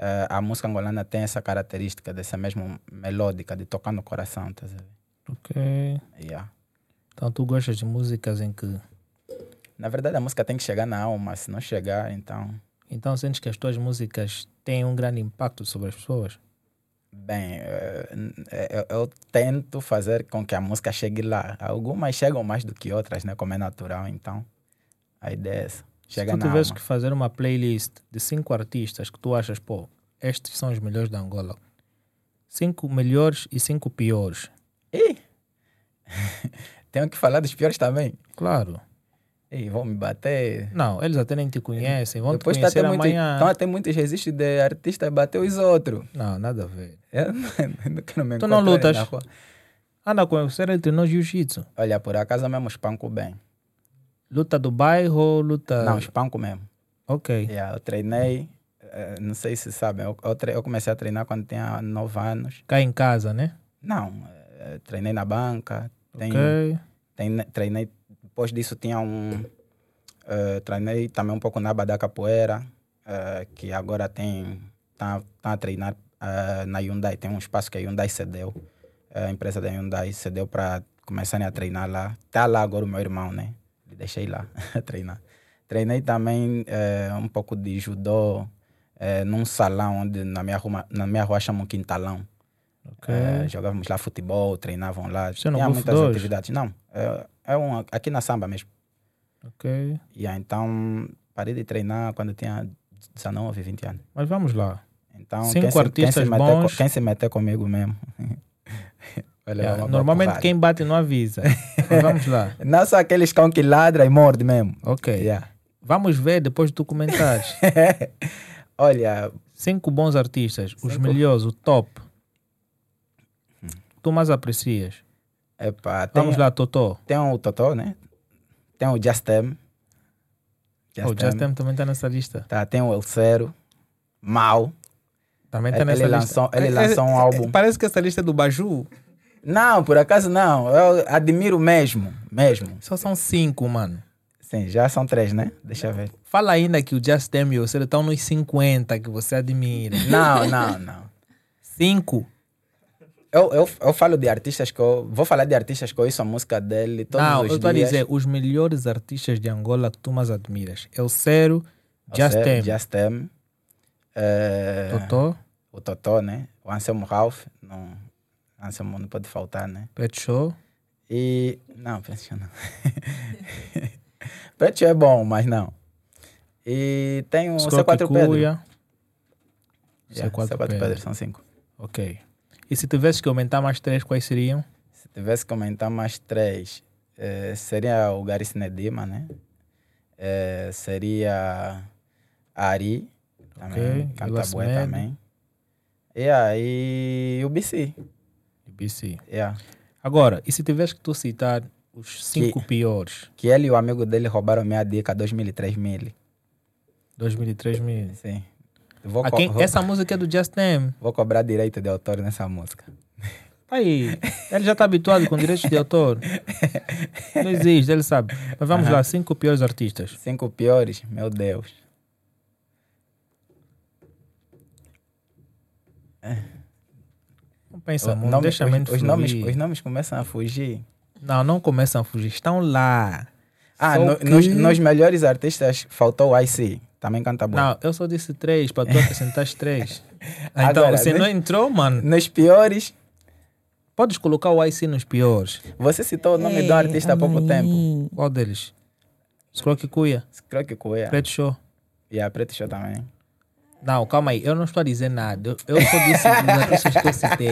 C: eh, a música angolana tem essa característica dessa mesma melódica de tocar no coração, tá vendo? ah,
B: Ok.
C: Yeah.
B: Então tu gostas de músicas em que...
C: Na verdade, a música tem que chegar na alma, se não chegar, então.
B: Então sentes que as tuas músicas têm um grande impacto sobre as pessoas?
C: Bem, eh, n- eh, eu, eu tento fazer com que a música chegue lá. Algumas chegam mais do que outras, né? Como é natural, então. A ideia é essa. Chega
B: Se tu
C: na
B: tivesse
C: alma.
B: que fazer uma playlist de cinco artistas que tu achas, pô, estes são os melhores da Angola. Cinco melhores e cinco piores.
C: Ih! Tenho que falar dos piores também.
B: Claro.
C: Ih, vão me bater.
B: Não, eles até nem te conhecem, vão
C: Depois
B: te
C: tá
B: conhecer
C: até muito,
B: amanhã.
C: então, até muitos resistem de artistas bater os outros. [LAUGHS]
B: Não, nada a ver.
C: Eu não quero me
B: Tu não
C: encontrar
B: lutas?
C: na rua.
B: Anda a conhecer entre nós jiu-jitsu.
C: Olha, por acaso eu mesmo espanco bem.
B: Luta do bairro, luta.
C: Não, espanco mesmo.
B: Ok.
C: Yeah, Ah. eu treinei, eh, não sei se sabem, eu, eu tre- eu comecei a treinar quando tinha 9 anos.
B: Cá em casa, né?
C: Não, eh, treinei na banca, tem,
B: Ok.
C: tem- treinei, depois disso tinha um, eh, treinei também um pouco na Abadá Capoeira, eh, que agora tem, tá, tá a treinar eh, na Hyundai, tem um espaço que a Hyundai cedeu, eh, a empresa da Hyundai cedeu para começarem a treinar lá. Tá lá agora o meu irmão, né? Lhe Deixei lá [LAUGHS] treinar. Treinei também eh, um pouco de judô eh, num salão onde na minha rua, na minha rua chamam quintalão.
B: Ok.
C: Eh, jogávamos lá futebol, treinavam lá.
B: Você não
C: Tinha
B: golfe
C: muitas
B: dois?
C: atividades. Não, é, é um, aqui na samba mesmo.
B: Ok.
C: E aí, então parei de treinar quando tinha 19, 20 anos.
B: Mas vamos lá.
C: Então,
B: Cinco
C: se-
B: artistas
C: se meter,
B: bons.
C: co- quem se meter comigo mesmo. [LAUGHS] vai levar
B: Yeah,
C: uma boa
B: É, Normalmente
C: porrada.
B: quem bate não
C: [LAUGHS]
B: avisa. Mas vamos lá.
C: Não só aqueles cão que ladra e morde mesmo.
B: Ok.
C: Yeah.
B: Vamos ver depois do comentários.
C: Olha,
B: Cinco bons artistas, os
C: Cinco. Hum.
B: melhores, o top. Tu mais aprecias.
C: epa, tem,
B: Vamos lá, Totó.
C: tem o Totó, né? Tem o Justem.
B: Oh, o Justin também está nessa tá lista.
C: Tá, tem o Elcero. Mal.
B: Também tá
C: Ele
B: nessa lista.
C: lançou- ele lançou um álbum.
B: Parece que essa lista é do Baju.
C: Não, por acaso não. Eu admiro mesmo, mesmo.
B: Só são cinco, mano.
C: Sim, já são três, né? Deixa eu ver.
B: Fala ainda que o Just Damn Yourself estão nos 50 que você
C: [LAUGHS]
B: admira. [LAUGHS]
C: Não, não, não.
B: Cinco?
C: Eu, eu, eu falo de artistas que eu... Vou falar de artistas que eu ouço a música dele todos
B: não,
C: os
B: eu tô a
C: dias.
B: dizer, os melhores artistas de Angola que tu mais admiras. É o Cero, Just
C: Você,
B: Damn,
C: É Just Them. É,
B: Totó,
C: o Totó, né? O Anselmo Ralph. Não, Anselmo não pode faltar, né?
B: Pet Show.
C: E... Não, Pet Shop não. [LAUGHS] Pet Shop é bom, mas não. E tem o C4 Pedro.
B: Cuia.
C: Yeah,
B: C4
C: C4
B: Pedro.
C: Pedro, são cinco.
B: Ok. E se tivesse que aumentar mais três, quais seriam?
C: Se tivesse que comentar mais três, eh, seria o Gary Sinedima, né? Eh, seria a Ari, também,
B: Ok,
C: canta
B: Vilas
C: bué
B: Med.
C: também. E aí, o BC.
B: BC.
C: yeah.
B: Agora, e se tivesse que tu citar os cinco piores?
C: Que ele e o amigo dele roubaram minha dica 2003 mil.
B: 2003 mil.
C: Sim. Vou,
B: A
C: co-
B: quem-
C: vou,
B: Essa música é do Just Damn.
C: vou cobrar direito de autor nessa música. Tá
B: Aí, [LAUGHS] ele já está habituado com direitos de
C: [LAUGHS]
B: autor. Não existe, ele sabe. Mas vamos lá, cinco piores artistas.
C: Cinco piores, meu Deus.
B: Não pensa
C: O-
B: muito,
C: nome-
B: deixa a
C: os-
B: mente
C: os nomes,
B: fluir.
C: os nomes começam a fugir.
B: Não, não começam a fugir, estão lá.
C: Ah,
B: Só
C: no-
B: que-
C: nos, nos melhores artistas faltou o IC. Também canta bom.
B: Não, eu só disse três, para tu acrescentaste
C: [LAUGHS]
B: três. Ah, Então,
C: Agora, né?
B: você não
C: deixa-
B: entrou, mano.
C: Nos piores,
B: Podes colocar o IC nos piores.
C: você citou o nome
A: É,
C: de um artista há pouco tempo.
B: Qual deles? Scroque Cuia,
C: Creio que Cuia.
B: Preto Show.
C: E a Preto Show também.
B: Não, calma aí, eu não estou a dizer nada. Eu- Eu só disse os artistas que eu citei.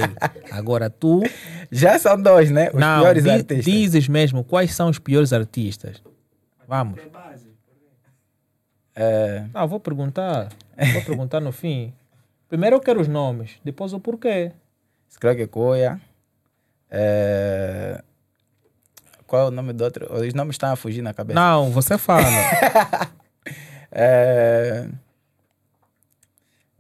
B: Agora tu.
C: Já são dois, né? Os
B: não,
C: piores
B: di-
C: artistas.
B: dizes mesmo quais são os piores artistas. Vamos.
C: É,
B: Não, vou perguntar. Vou perguntar no fim. Primeiro eu quero os nomes, depois o porquê.
C: Creio que Cuia. É, Qual é o nome do outro? Os nomes estão a fugir na cabeça.
B: Não, você
C: [LAUGHS]
B: fala.
C: É,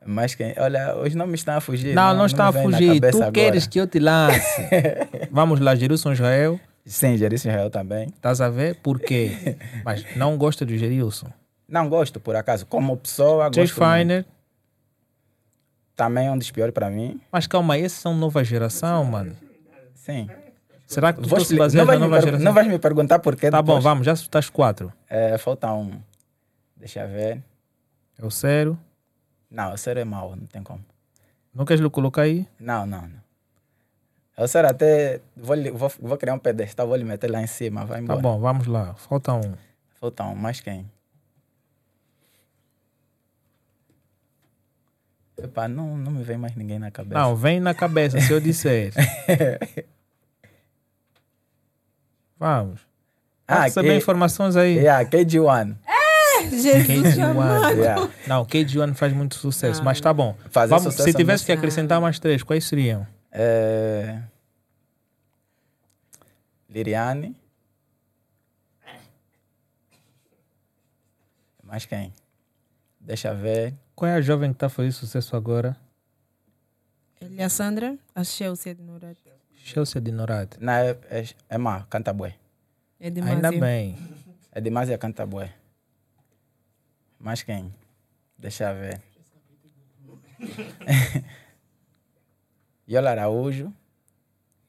C: Mas quem. Olha, os nomes estão a fugir.
B: Não, não está a
C: me vem na
B: fugir.
C: cabeça
B: Tu
C: agora.
B: queres que eu te
C: [LAUGHS]
B: lance. Vamos lá, Jerusalém Israel.
C: Sim, Jerício Israel é também.
B: Estás a ver? Por
C: [LAUGHS]
B: quê? Mas não gosta do Gerilson.
C: Não gosto, por acaso. Como pessoa,
B: Jay
C: gosto. muito.
B: Finer.
C: Também é um dos piores para mim.
B: Mas calma aí, esses são nova geração, mano.
C: Sim.
B: Será que tu
C: Vou
B: tá se
C: explicar-
B: baseando na
C: não, vais me
B: nova
C: per-
B: geração?
C: não vais me perguntar por quê.
B: Tá bom,
C: depois.
B: vamos, já estás quatro.
C: É, falta um. Deixa eu ver.
B: É o sério.
C: Não, o ser é mau, não tem como.
B: Não queres lhe colocar aí?
C: Não, não, não. O ser até. Vou, lhe- vou, vou criar um pedestal, vou lhe meter lá em cima, vai
B: Tá
C: embora.
B: bom, vamos lá. Falta um.
C: Falta um, mais quem? Epá, não, não me vem mais ninguém na cabeça.
B: Não, vem na cabeça se eu
C: [LAUGHS]
B: disser. vamos.
C: ah, é-
B: Vamos receber
C: que,
B: informações aí.
C: yeah, KG1.
A: Jesus
B: KG1.
A: amado.
C: Yeah.
B: Não, Cage One faz muito
A: Ah.
B: sucesso, mas tá bom.
C: É. Fazer
B: Vamos,
C: sucesso
B: se
C: é
B: tivesse
C: muito-
B: que acrescentar mais três, quais seriam?
C: É... Liriane. É Mais quem? Deixa eu ver.
B: Qual é a jovem que tá fazendo sucesso agora?
A: Ele e a Sandra, a Chelsea de Norad.
B: Chelsea de Norate.
C: Não, é, é, é má, canta bué.
A: É demais.
B: Ainda
A: hein?
B: bem.
C: É demais e canta bué. Mais quem? Deixa eu ver. [LAUGHS] Yola Araújo.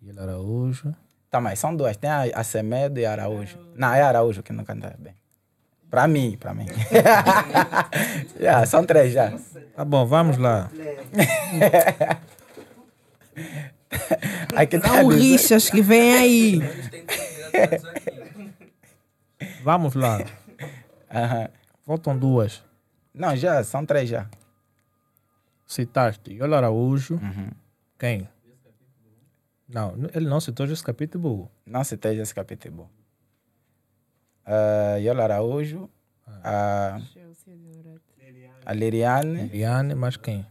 B: Ele Araújo.
C: Tá, mas são duas. Tem a a Semedo e a Araújo. Não, é a Araújo que não canta bem. Pra mim, pra mim. [LAUGHS] yeah, são três já.
B: Tá bom, vamos lá.
C: Aqui tá
A: São os
C: diz-
A: rixas que vem
C: [LAUGHS]
A: aí.
B: Vamos lá.
C: Aham.
B: Faltam duas.
C: Não, já, são três já.
B: Citaste Yola Araújo.
C: Uhum.
B: Quem? Não, n- ele não citou Jessica Pitbull.
C: Não citei Jessica Pitbull. Uh, Yola Araújo, a,
A: Chelsea de Norad.
C: a Liriane.
B: Eliane, mas quem?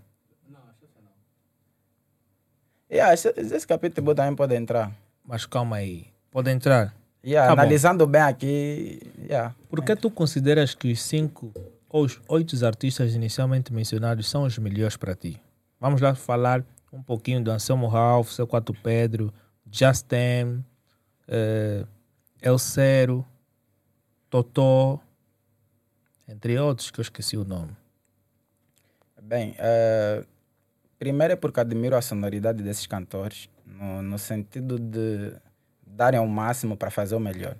C: Yeah, Je- Jessica Pitbull também pode entrar.
B: Mas calma aí. Pode entrar.
C: Yeah,
B: Tá bom.
C: analisando bem aqui, ah, yeah.
B: Por que tu consideras que os cinco ou os oito artistas inicialmente mencionados são os melhores para ti? Vamos lá falar um pouquinho do Anselmo Ralph, seu Quatro Pedro, Justin, eh, Elcero, Totó, entre outros que eu esqueci o nome.
C: Bem, eh, primeiro é porque admiro a sonoridade desses cantores, no, no sentido de darem o máximo para fazer o melhor.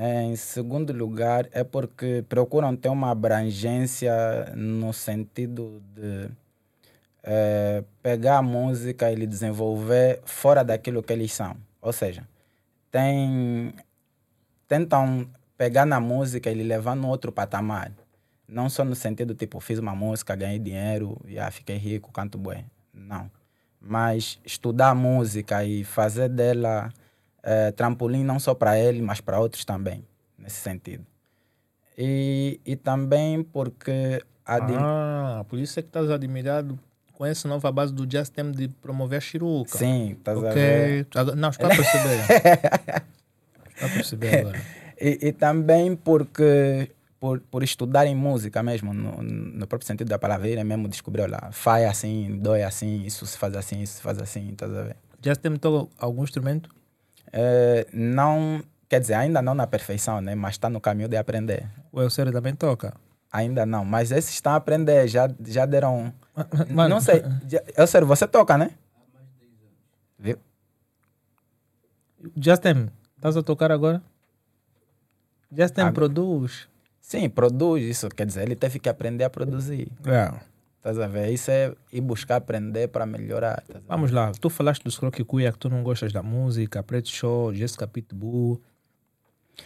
C: Em segundo lugar, é porque procuram ter uma abrangência no sentido de eh, pegar a música e lhe desenvolver fora daquilo que eles são. Ou seja, tem, tentam pegar na música e lhe levar no outro patamar. Não só no sentido, tipo, fiz uma música, ganhei dinheiro, já fiquei rico, canto bué. Não. Mas estudar a música e fazer dela eh, trampolim não só para ele, mas para outros também, nesse sentido. E, e também porque... adi-
B: Ah, por isso é que estás admirado com essa nova base do Justin de promover a Chiruca.
C: Sim, estás a ver?
B: Ok. Agora- Não, estou a perceber. estou a perceber agora.
C: E, e também porque por, por estudar em música mesmo, no, no próprio sentido da palavra, ele mesmo descobriu lá, faz assim, dói assim, isso se faz assim, isso se faz assim, tá a ver?
B: Justin toca algum instrumento?
C: Eh, não, quer dizer, ainda não na perfeição, né? Mas está no caminho de aprender.
B: é O Elcero também toca.
C: Ainda não, mas esses estão a aprender, já, já deram... um-
B: Mano,
C: Não sei, já- eu sério, você toca, né? Viu?
B: Justin, estás a tocar agora? Justin
C: Agora.
B: produz.
C: Sim, produz isso, quer dizer, ele teve que aprender a produzir, tá a ver? Isso é ir buscar aprender para melhorar, tá a ver?
B: Vamos lá, tu falaste dos Croque Cuia que tu não gostas da música, Preto Show, Jessica Pitbull,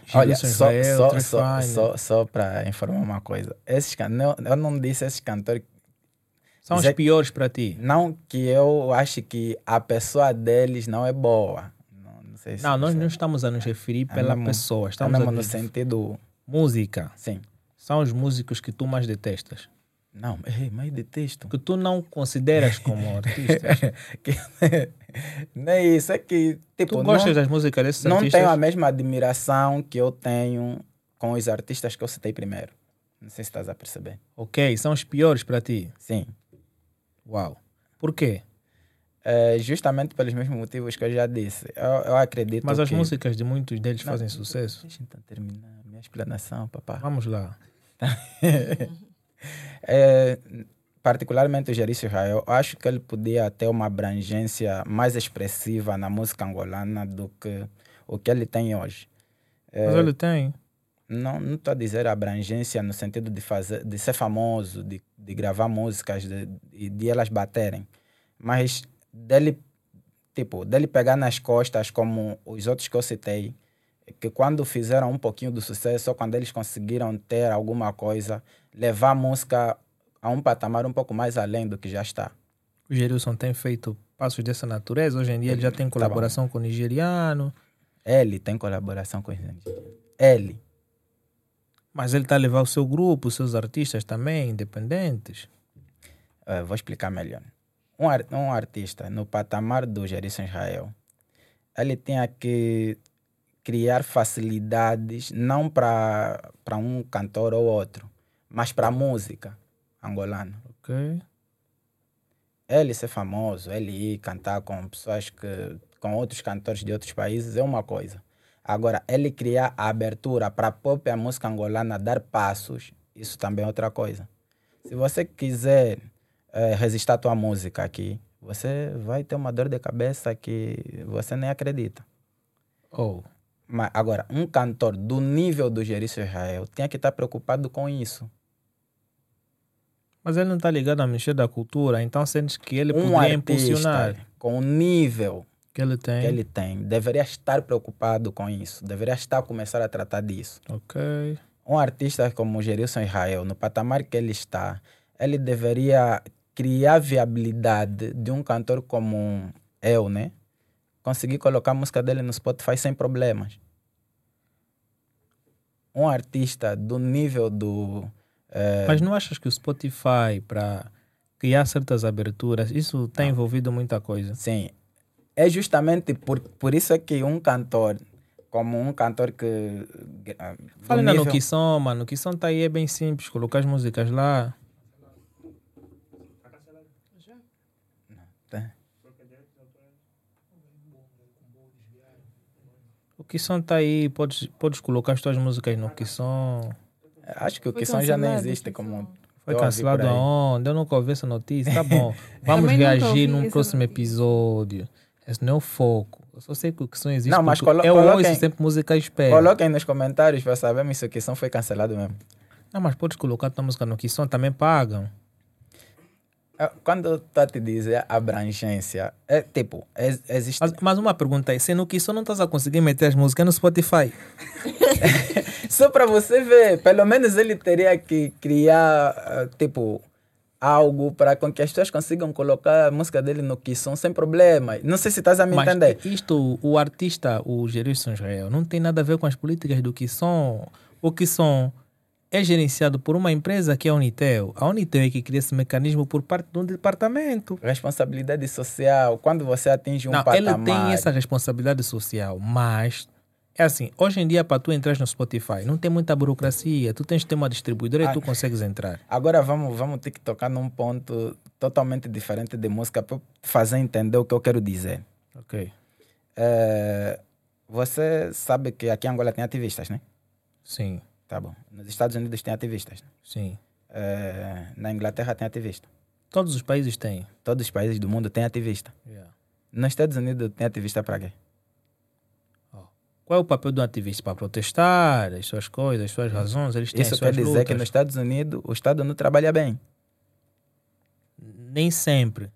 B: Gilson
C: Olha, só,
B: Israel,
C: só,
B: Trey
C: só,
B: Fine.
C: só, só para informar uma coisa. Esses can... não, eu não disse esses cantores.
B: São os
C: Zé-
B: piores para ti.
C: Não que eu ache que a pessoa deles não é boa. Não, não sei se.
B: Não, nós não estamos a nos referir
C: Ah,
B: pela
C: não.
B: pessoa,
C: Tá
B: estamos a
C: mesmo no
B: nos...
C: sentido.
B: Música.
C: Sim.
B: São os músicos que tu mais detestas.
C: Não, ei, mas de texto.
B: Que tu não consideras
C: [LAUGHS]
B: como artistas.
C: Que- [LAUGHS] não é isso, é que. Tipo,
B: tu
C: não,
B: gostas das músicas desses
C: não
B: artistas?
C: tenho a mesma admiração que eu tenho com os artistas que eu citei primeiro. Não sei se estás a perceber.
B: Ok, são os piores para ti.
C: Sim.
B: Uau. Por quê?
C: É, justamente pelos mesmos motivos que eu já disse. Eu, eu acredito
B: Mas as
C: que...
B: músicas de muitos deles
C: Então, Não,
B: fazem sucesso.
C: Deixa eu então terminar minha explanação, papá.
B: Vamos lá.
C: É, particularmente o Jerry Israel, eu acho que ele podia ter uma abrangência mais expressiva na música angolana do que o que ele tem hoje. É.
B: Mas ele tem.
C: Não estou a dizer abrangência no sentido de, fazer, de ser famoso, de, de gravar músicas de- e de, elas baterem, mas dele, tipo, dele pegar nas costas como os outros que eu citei, que quando fizeram um pouquinho do sucesso, ou quando eles conseguiram ter alguma coisa, levar a música a um patamar um pouco mais além do que já está.
B: O Gerilson tem feito passos dessa natureza. Hoje em dia ele já tem
C: Tá
B: colaboração com o nigeriano.
C: Ele tem colaboração com os indígenas. Ele.
B: Mas ele está a levar o seu grupo, os seus artistas também, independentes.
C: Eh, vou explicar melhor. Um, ar- um artista no patamar do Gerson Israel, ele tinha que criar facilidades não para um cantor ou outro, mas para a música angolana.
B: Ok.
C: É Ele ser famoso, ele ir cantar com pessoas que com outros cantores de outros países é uma coisa. Agora, é ele criar a abertura para a própria música angolana dar passos, isso também é outra coisa. Se você quiser eh, resistir à tua música aqui, você vai ter uma dor de cabeça que você nem acredita.
B: Oh.
C: Mas agora, um cantor do nível do Gerício Israel tem que estar preocupado com isso.
B: Mas ele não está ligado a mexer da cultura, então sentes que ele
C: um
B: poderia
C: artista
B: impulsionar.
C: com o nível
B: Que ele tem.
C: que ele tem deveria estar preocupado com isso, deveria estar a começar a tratar disso.
B: Ok.
C: Um artista como o Gerilson Israel, no patamar que ele está, ele deveria criar viabilidade de um cantor como eu, né? Conseguir colocar a música dele no Spotify sem problemas. Um artista do nível do. eh,
B: Mas não achas que o Spotify, para criar certas aberturas, isso tem envolvido muita coisa?
C: Sim. É justamente por, por isso é que um cantor, como um cantor que. eh, do
B: Fala ainda no
C: nível-
B: Kisson, mano. O Kisson tá aí, é bem simples. Colocar as músicas lá. O Kisson tá aí, podes, podes colocar as tuas músicas no Kisson.
C: Acho que o
A: Foi
C: Kisson já nem
A: cancelado,
C: existe
A: Kisson.
C: como.
B: Foi
C: eu ouvi por
B: cancelado
C: aí.
B: aonde? Eu nunca ouvi essa notícia. Tá bom. Vamos
A: Também nunca ouvi
B: reagir num
A: essa
B: próximo
A: notícia.
B: episódio. Esse não é o foco. Eu só sei que o Kisson existe.
C: Não, mas
B: porque
C: colo-
B: eu ouço
C: coloquem-
B: sempre música espera.
C: Coloquem nos comentários para sabermos se o Kisson foi cancelado mesmo.
B: Não, mas podes colocar tua música no Kisson, também pagam.
C: É, Quando tu te dizer abrangência, é tipo, ex- existe.
B: Mas, mas uma pergunta aí, sendo que só não estás a conseguir meter as músicas no Spotify.
C: Só para você ver, pelo menos ele teria que criar, ah, tipo, algo para com que as pessoas consigam colocar a música dele no Kisson sem problema. Não sei se estás a me
B: Mas
C: entender.
B: isto, o artista, o Jerusalém Israel, não tem nada a ver com as políticas do Kisson. O Kisson é gerenciado por uma empresa que é a Unitel. A Unitel é que cria esse mecanismo por parte de um departamento.
C: Responsabilidade social, quando você atinge um
B: não,
C: patamar.
B: ele tem essa responsabilidade social, mas é assim, hoje em dia para tu entrar no Spotify, não tem muita burocracia, tu tens que ter uma distribuidora e
C: Ah.
B: tu consegues entrar.
C: Agora vamos, vamos ter que tocar num ponto totalmente diferente de música para fazer entender o que eu quero dizer.
B: Ok.
C: É, você sabe que aqui em Angola tem ativistas, né?
B: Sim,
C: Tá bom. Nos Estados Unidos tem ativistas. né?
B: sim.
C: É, na Inglaterra tem ativista.
B: Todos os países têm.
C: Todos os países do mundo têm ativista.
B: Yeah.
C: Nos Estados Unidos tem ativista para quê?
B: Qual é o papel do ativista? Para protestar as suas coisas, as suas razões, eles têm
C: Hum. Isso
B: as
C: quer
B: suas
C: dizer
B: lutas.
C: que nos Estados Unidos o Estado não trabalha bem.
B: Nem sempre.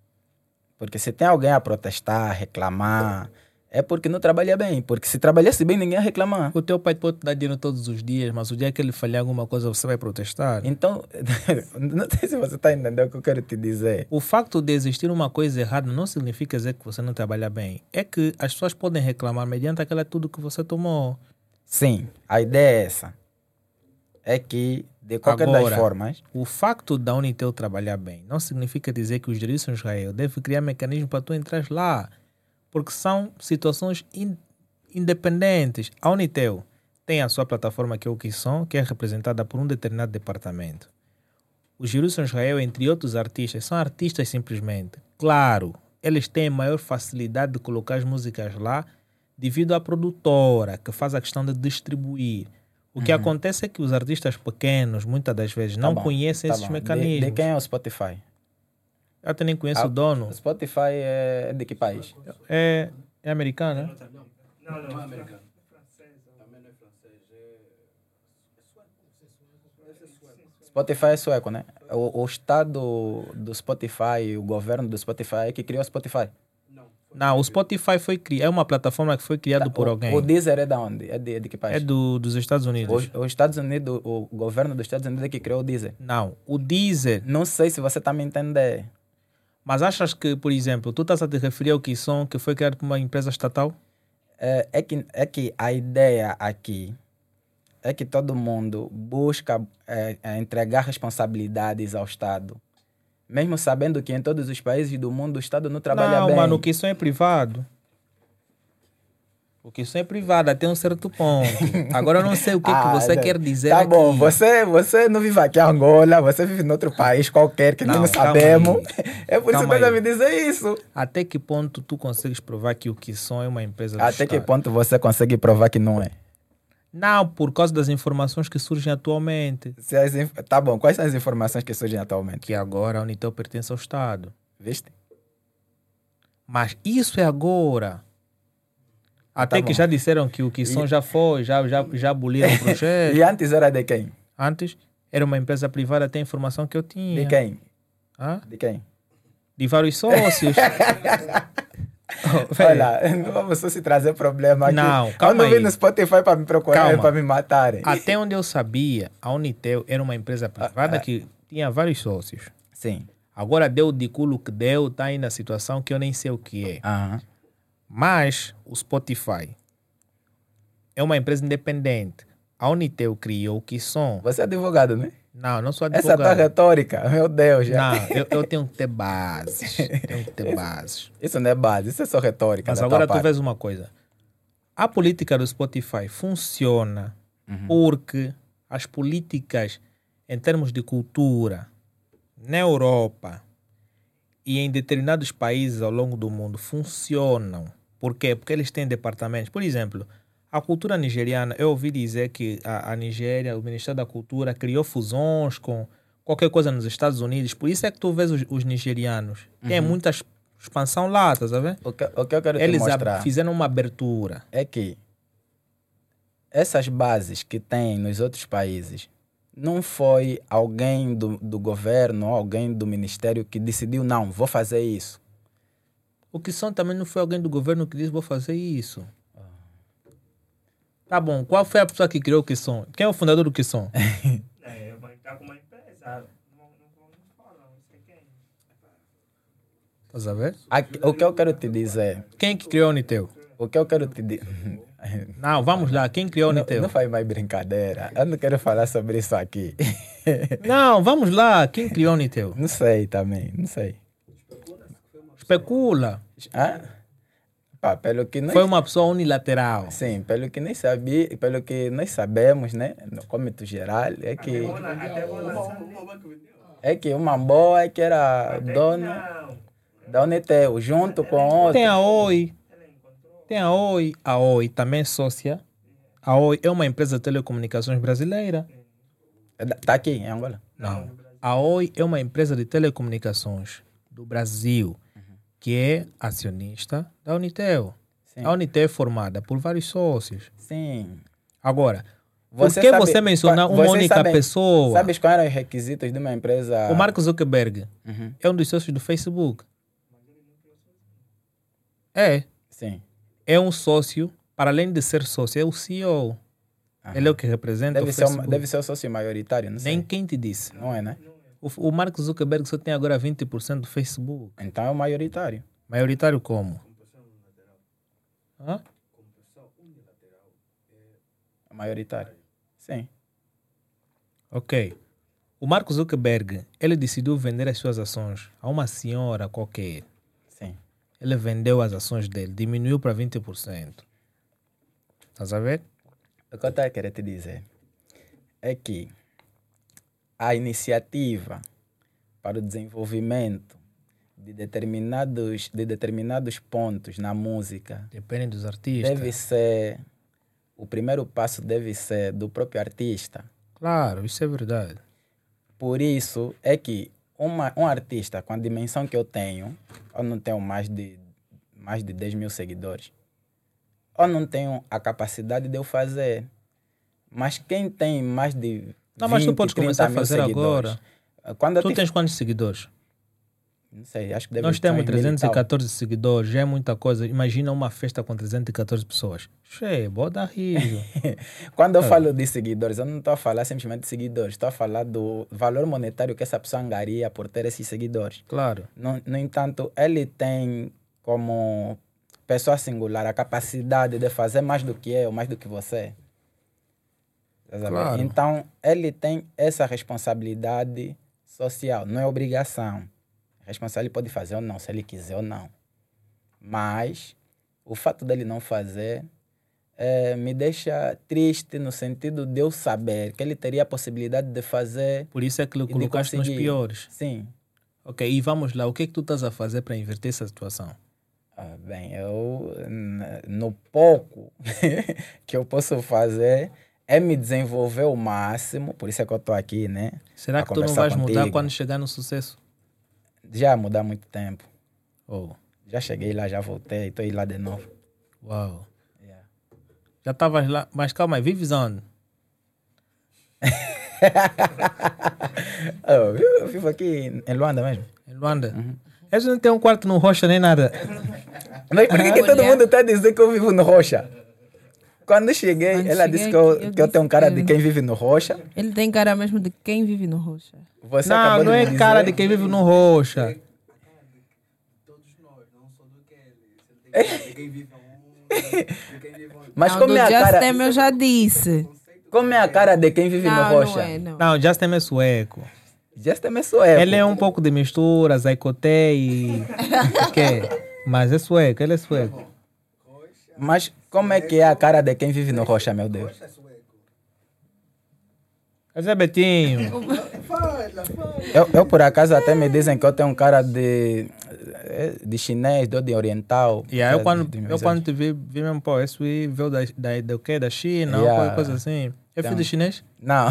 C: Porque se tem alguém a protestar, reclamar, é porque não trabalha bem. Porque se trabalhasse bem, ninguém ia reclamar.
B: O teu pai pode te dar dinheiro todos os dias, mas o dia que ele falhar alguma coisa, você vai protestar.
C: Então, [LAUGHS] não sei se você está entendendo o que eu quero te dizer.
B: O facto de existir uma coisa errada não significa dizer que você não trabalha bem. É que as pessoas podem reclamar mediante aquela tudo que você tomou.
C: Sim, a ideia é essa. É que, de qualquer das
B: Agora.
C: formas, tá
B: O facto da Unitel trabalhar bem não significa dizer que os direitos em Israel devem criar mecanismos para tu entrar lá, porque são situações in- independentes. A Unitel tem a sua plataforma que é o Kisson, que é representada por um determinado departamento. Os direitos em Israel, entre outros artistas, são artistas simplesmente. Claro, eles têm maior facilidade de colocar as músicas lá devido à produtora que faz a questão de distribuir. O que acontece é que os artistas pequenos, muitas das vezes, não
C: bom,
B: conhecem
C: Uhum. tá
B: esses
C: bom. De-
B: mecanismos.
C: De, quem é o Spotify?
B: Eu até nem conheço
C: Ah,
B: o dono.
C: O Spotify é de que país?
B: É, é americano, né?
C: Spotify é sueco, né? O, o Estado do Spotify, o governo do Spotify é que criou o Spotify.
B: Não, o Spotify foi cri... é uma plataforma que foi criada Tá por
C: Tá, O-
B: alguém.
C: O Deezer é da onde? É de, de que
B: É
C: país?
B: do, dos Estados Unidos.
C: O- os Estados Unidos, o governo dos Estados Unidos é que criou o Deezer.
B: Não, o Deezer.
C: Não sei se você está me entendendo.
B: Mas achas que, por exemplo, tu estás a te referir ao Kisson, que foi criado por uma empresa estatal?
C: É, é que, é que a ideia aqui é que todo mundo busca é, é, entregar responsabilidades ao Estado. Mesmo sabendo que em todos os países do mundo o Estado não trabalha
B: não,
C: bem.
B: mano, o Kisson é privado. O Kisson é privado até um certo
C: [LAUGHS]
B: ponto. Agora eu não sei o que,
C: Ah,
B: que você
C: né.
B: quer dizer
C: Tá
B: aqui.
C: bom, você, você não vive aqui em Angola, você vive em outro país qualquer que nós
B: Não,
C: não
B: calma
C: sabemos. [LAUGHS] É por isso
B: Calma
C: que eu
B: aí.
C: me dizer isso.
B: Até que ponto tu consegues provar que o Kisson é uma empresa do
C: Até que
B: Estado?
C: ponto você consegue provar que não é?
B: Não, por causa das informações que surgem atualmente.
C: Se as inf- Tá bom, quais são as informações que surgem atualmente?
B: Que agora a Unitel pertence ao Estado.
C: Viste?
B: Mas isso é agora. Até
C: Ah, tá bom.
B: que já disseram que o Kisson já foi, já, já, já aboliram
C: [LAUGHS]
B: o projeto.
C: E antes era de quem?
B: Antes era uma empresa privada, até a informação que eu tinha.
C: De quem?
B: Hã?
C: De quem?
B: De vários
C: [LAUGHS]
B: sócios. Oh, velho,
C: Olha, [LAUGHS] não vamos só se trazer problema aqui.
B: Não,
C: Quando
B: calma
C: eu vim
B: aí.
C: no Spotify para me procurar
B: Calma. Ah,
C: para me matarem.
B: até onde eu sabia, a Unitel era uma
C: Ah,
B: empresa privada que tinha vários sócios.
C: Sim.
B: Agora deu de culo que deu, tá aí na situação que eu nem sei o que é.
C: Aham.
B: Mas o Spotify é uma empresa independente. A Unitel criou o que som.
C: Você é advogado, né?
B: Não, não sou
C: Essa
B: advogado.
C: tua retórica, meu Deus. já-
B: Não, eu, eu tenho que ter
C: [LAUGHS]
B: bases. Tenho que ter bases.
C: Isso não é base, isso é só retórica.
B: Mas
C: da
B: agora
C: tua
B: tu
C: parte.
B: vês uma coisa. A política do Spotify funciona porque as políticas em termos de cultura na Europa e em determinados países ao longo do mundo funcionam. Por quê? Porque eles têm departamentos. Por exemplo, a A cultura nigeriana, eu ouvi dizer que a, a Nigéria, o Ministério da Cultura, criou fusões com qualquer coisa nos Estados Unidos. Por isso é que tu vês os, os nigerianos. Tem muita ex- expansão lá, tá sabendo?
C: O que, o que eu quero te
B: Eles ab-
C: mostrar
B: fizeram uma abertura.
C: é que essas bases que tem nos outros países não foi alguém do, do governo ou alguém do ministério que decidiu, não, vou fazer isso.
B: O que são também não foi alguém do governo que disse vou fazer isso. Tá bom, qual foi a pessoa que criou o que são? Quem é o fundador do que
C: [LAUGHS]
B: são?
D: É, eu vou entrar com uma empresa. Ah, Não, não vou não falar, não sei quem.
B: Tá sabendo?
C: Aqui- o que eu quero te dizer,
B: Quem que criou o Niteu?
C: o que eu quero
B: [LAUGHS]
C: te [LAUGHS] dizer...
B: Não, vamos lá, quem criou o
C: Não,
B: Niteu?
C: não faz mais brincadeira. Eu não quero falar sobre isso aqui. [LAUGHS]
B: Não, vamos lá, quem criou o Niteu?
C: Não sei também, não sei.
B: Especula.
C: Hã? Ah? Pá, pelo que nós
B: Foi um uma pessoa unilateral.
C: Sim, pelo que nós sabia, pelo que nós sabemos, né, no cômito geral, é que
D: Até vou lançar.
C: é que o Mambo é que era dono
D: Não,
C: da Uniteu, junto com outro.
B: Tem a Oi. Tem a Oi. A Oi também é sócia. A Oi é uma empresa de telecomunicações brasileira.
C: É da- Tá aqui em Angola.
B: Não. A Oi é uma empresa de telecomunicações do Brasil que é acionista da Unitel.
C: Sim.
B: A Unitel é formada por vários sócios.
C: Sim.
B: Agora,
C: Você
B: por que
C: sabe-
B: você mencionar
C: pa-
B: uma
C: vocês
B: única
C: sabem-
B: pessoa?
C: Sabes quais eram os requisitos de uma empresa?
B: O Mark Zuckerberg
C: Uhum.
B: é um dos sócios do Facebook. É.
C: Sim.
B: é um sócio, para além de ser sócio, é o CEO.
C: Aham.
B: Ele é o que representa
C: Deve
B: o
C: ser, uma-
B: Facebook.
C: deve ser o sócio maioritário, não sei.
B: Nem quem te disse.
C: Não é, né?
B: O, o Mark Zuckerberg só tem agora 20% do Facebook.
C: Então é o maioritário.
B: Maioritário como? Hã?
C: É maioritário. Sim.
B: Ok. O Mark Zuckerberg, ele decidiu vender as suas ações a uma senhora qualquer.
C: Sim.
B: Ele vendeu as ações dele, diminuiu para 20%. Estás Tá a ver?
C: O que eu estava querendo te dizer é que a iniciativa para o desenvolvimento de determinados, de determinados pontos na música
B: Depende dos artistas.
C: deve ser. O primeiro passo deve ser do próprio artista.
B: Claro, isso é verdade.
C: Por isso é que uma, um artista com a dimensão que eu tenho, eu não tenho mais de, mais de 10 mil seguidores, eu não tenho a capacidade de eu fazer. Mas quem tem mais de.
B: Não, mas tu
C: 20,
B: podes começar a
C: 30 mil
B: fazer
C: seguidores,
B: agora.
C: Quando eu
B: Tu
C: tive-
B: tens quantos seguidores?
C: Não sei, acho que deve
B: Nós
C: ter uns
B: temos
C: mil e tal.
B: 314 seguidores, já é muita coisa. Imagina uma festa com 314 pessoas. Cheio, boda
C: [LAUGHS]
B: rijo.
C: Quando eu
B: Ah.
C: falo de seguidores, eu não estou a falar simplesmente de seguidores, estou a falar do valor monetário que essa pessoa angaria por ter esses seguidores.
B: claro.
C: No, no entanto, ele tem como pessoa singular a capacidade de fazer mais do que eu, mais do que você. Tá sabendo?
B: Claro.
C: Então, ele tem essa responsabilidade social, não é obrigação. Responsável ele pode fazer ou não, se ele quiser ou não. Mas o fato dele não fazer eh, me deixa triste no sentido de eu saber que ele teria a possibilidade de fazer.
B: Por isso é que
C: E
B: lhe
C: de
B: colocaste nos
C: conseguir.
B: piores.
C: Sim,
B: Ok, e vamos lá. O que é que tu estás a fazer para inverter essa situação?
C: Ah, Bem, eu, n- no pouco [LAUGHS] que eu posso fazer é me desenvolver o máximo, por isso é que eu estou aqui, né?
B: Será
C: A
B: que tu não
C: conversar
B: vais mudar
C: contigo.
B: quando chegar no sucesso?
C: Já mudar muito tempo.
B: Oh,
C: Já cheguei lá, já voltei, estou lá de novo.
B: uau. Já estavas lá. Mas calma aí, vives onde?
C: Ah, Eu, vivo- eu vivo aqui em Luanda mesmo.
B: Em Luanda?
C: Uhum.
B: Eles não têm um quarto no rocha nem nada.
C: Mas por que, que todo
A: Olha.
C: mundo está dizendo que eu vivo no Rocha? Quando eu cheguei,
A: Quando
C: ela
A: cheguei
C: disse que, eu,
A: aqui, eu
C: que eu tenho
A: disse
C: cara
A: que-
C: de quem vive no Rocha.
A: Ele tem cara mesmo de quem vive no Rocha.
C: Você
B: não,
C: acabou
B: não
C: de
B: é
C: me
B: cara de
C: dizer-
B: quem vive no rocha.
C: Mas
A: não,
C: como
A: do
C: é, a cara,
A: Justin eu já disse.
C: como é a cara de quem vive
A: não,
C: no Rocha?
A: não é, não.
B: Não, Justin é sueco.
C: Justin é sueco.
B: Ele é um pouco de mistura, zaicoté e. o quê? Mas é sueco, ele é sueco. um-
C: Mas como é que é a cara de quem vive no Rocha, meu Deus?
B: Mas é Betinho.
C: Eu, eu, por acaso, até me dizem que eu tenho um cara de. é de chinês, de ordem oriental.
B: E aí eu
C: é,
B: quando,
C: de- de
B: eu
C: meus
B: quando te vi, vi mesmo, pô, esse aí veio da, da, do quê? Da China,
C: Yeah.
B: alguma coisa assim. É filho
C: Então, é.
B: de chinês?
C: Não.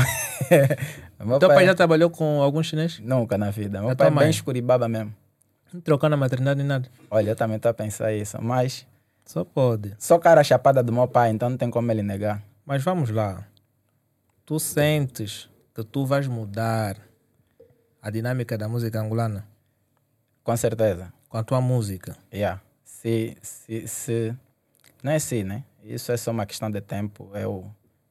C: [LAUGHS] meu
B: Teu
C: pai,
B: pai já trabalhou com algum chinês?
C: Nunca na vida.
B: A
C: Meu pai é
B: tua mãe?
C: bem escuribaba mesmo.
B: Não trocando a maternidade nem nada.
C: Olha, eu também estou a pensar isso. Mas
B: Só pode.
C: sou cara chapada do meu pai, então não tem como ele negar.
B: Mas vamos lá. Tu sentes que tu vais mudar a dinâmica da música angolana
C: Com certeza.
B: com a tua música?
C: Yeah. Se, se, se... Não é assim, né? Isso é só uma questão de tempo. Eu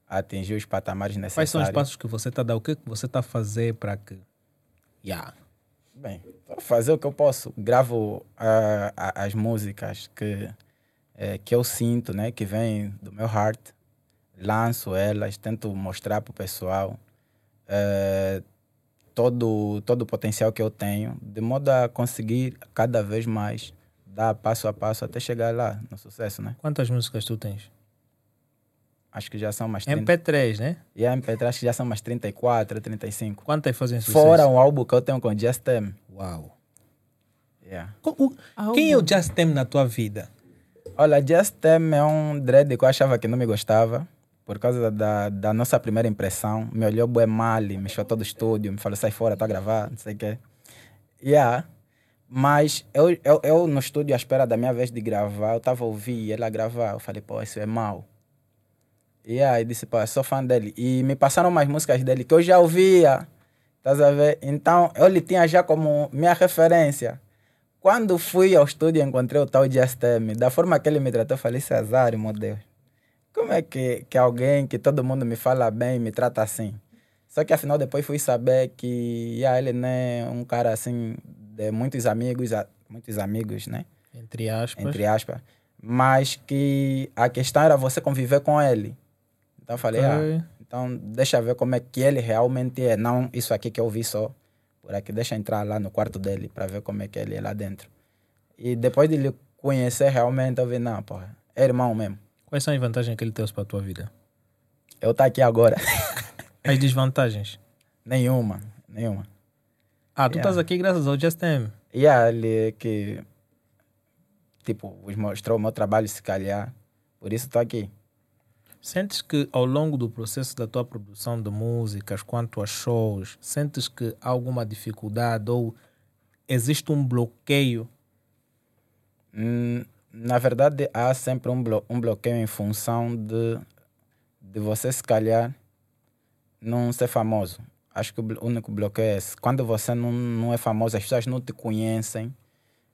C: atingir os patamares
B: Quais
C: necessários.
B: são os passos que você está a dar? O que que você está a fazer para que... Yeah.
C: Bem, vou fazer o que eu posso. Gravo ah, a- as músicas que, eh, que eu sinto, né? Que vem do meu heart. Lanço elas, tento mostrar para o pessoal eh, todo, todo o potencial que eu tenho, de modo a conseguir cada vez mais dar passo a passo até chegar lá no sucesso, né?
B: Quantas músicas tu tens?
C: Acho que já são mais 30.
B: MP3, né?
C: E a MP3 acho que já são mais 34, 35.
B: Quantas fazem sucesso?
C: Fora um álbum que eu tenho com Justin.
B: Uau.
C: Yeah.
B: Co- o- Quem é o Justin na tua vida?
C: Olha, Just Them é um dread que eu achava que não me gostava. Por causa da, da nossa primeira impressão. Me olhou bué mal, me chutou do estúdio, me falou, sai fora, tá a gravar, não sei o quê. Yeah. Mas eu, eu, eu no estúdio, à espera da minha vez de gravar, eu tava a ouvir ela gravar. Eu falei, pô, isso é mal. E aí disse, pô, eu sou fã dele. E me passaram umas músicas dele que eu já ouvia. Estás a ver? Então, eu lhe tinha já como minha referência. Quando fui ao estúdio e encontrei o tal de STM, da forma que ele me tratou, eu falei, Cesário, meu Deus. Como é que, que alguém que todo mundo me fala bem me trata assim? Só que afinal depois fui saber que yeah, ele não é um cara assim de muitos amigos, a- muitos amigos, né?
B: Entre aspas.
C: Entre aspas. Mas que a questão era você conviver com ele. Então eu falei, ah,
B: Ok.
C: então, deixa ver como é que ele realmente é. Não isso aqui que eu vi só por aqui. Deixa entrar lá no quarto dele para ver como é que ele é lá dentro. E depois de lhe conhecer realmente, eu vi, não, porra, é irmão mesmo.
B: Quais são as vantagens que ele trouxe para a tua vida?
C: Eu tá aqui agora. [LAUGHS]
B: As desvantagens?
C: nenhuma, nenhuma.
B: Ah, tu
C: Yeah.
B: estás aqui graças ao Justin.
C: E ele que, tipo, os mostrou o meu trabalho, se calhar. Por isso tô aqui.
B: Sentes que ao longo do processo da tua produção de músicas, quanto a shows, sentes que há alguma dificuldade ou existe um bloqueio?
C: Hum, na verdade, há sempre um, blo um bloqueio em função de, de você, se calhar, não ser famoso. Acho que o blo- único bloqueio é esse. Quando você não, não é famoso, as pessoas não te conhecem.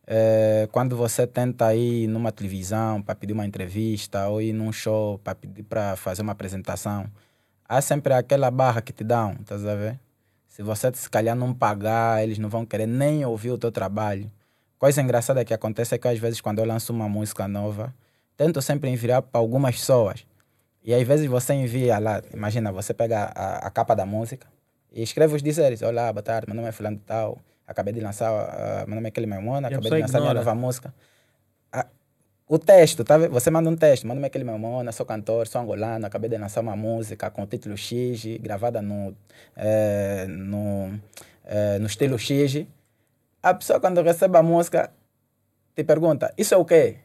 C: Eh, quando você tenta ir numa televisão para pedir uma entrevista ou ir num show para pedir para fazer uma apresentação, há sempre aquela barra que te dão, estás a ver? Se você, se calhar, não pagar, eles não vão querer nem ouvir o teu trabalho. Coisa engraçada que acontece é que às vezes quando eu lanço uma música nova, tento sempre enviar para algumas pessoas. E às vezes você envia lá, imagina, você pega a, a capa da música e escreve os dizeres. Olá, boa tarde, meu nome é fulano de tal, acabei de lançar, ah, meu nome é Kelly Maimona,
B: E a
C: acabei
B: pessoa
C: de lançar minha
B: ignora.
C: nova música. Ah, o texto, tá vendo? Você manda um texto, meu nome é Kelly Maimona, sou cantor, sou angolano, acabei de lançar uma música com o título X, gravada no, eh, no, eh, no estilo X. A pessoa quando recebe a música te pergunta, isso é o quê?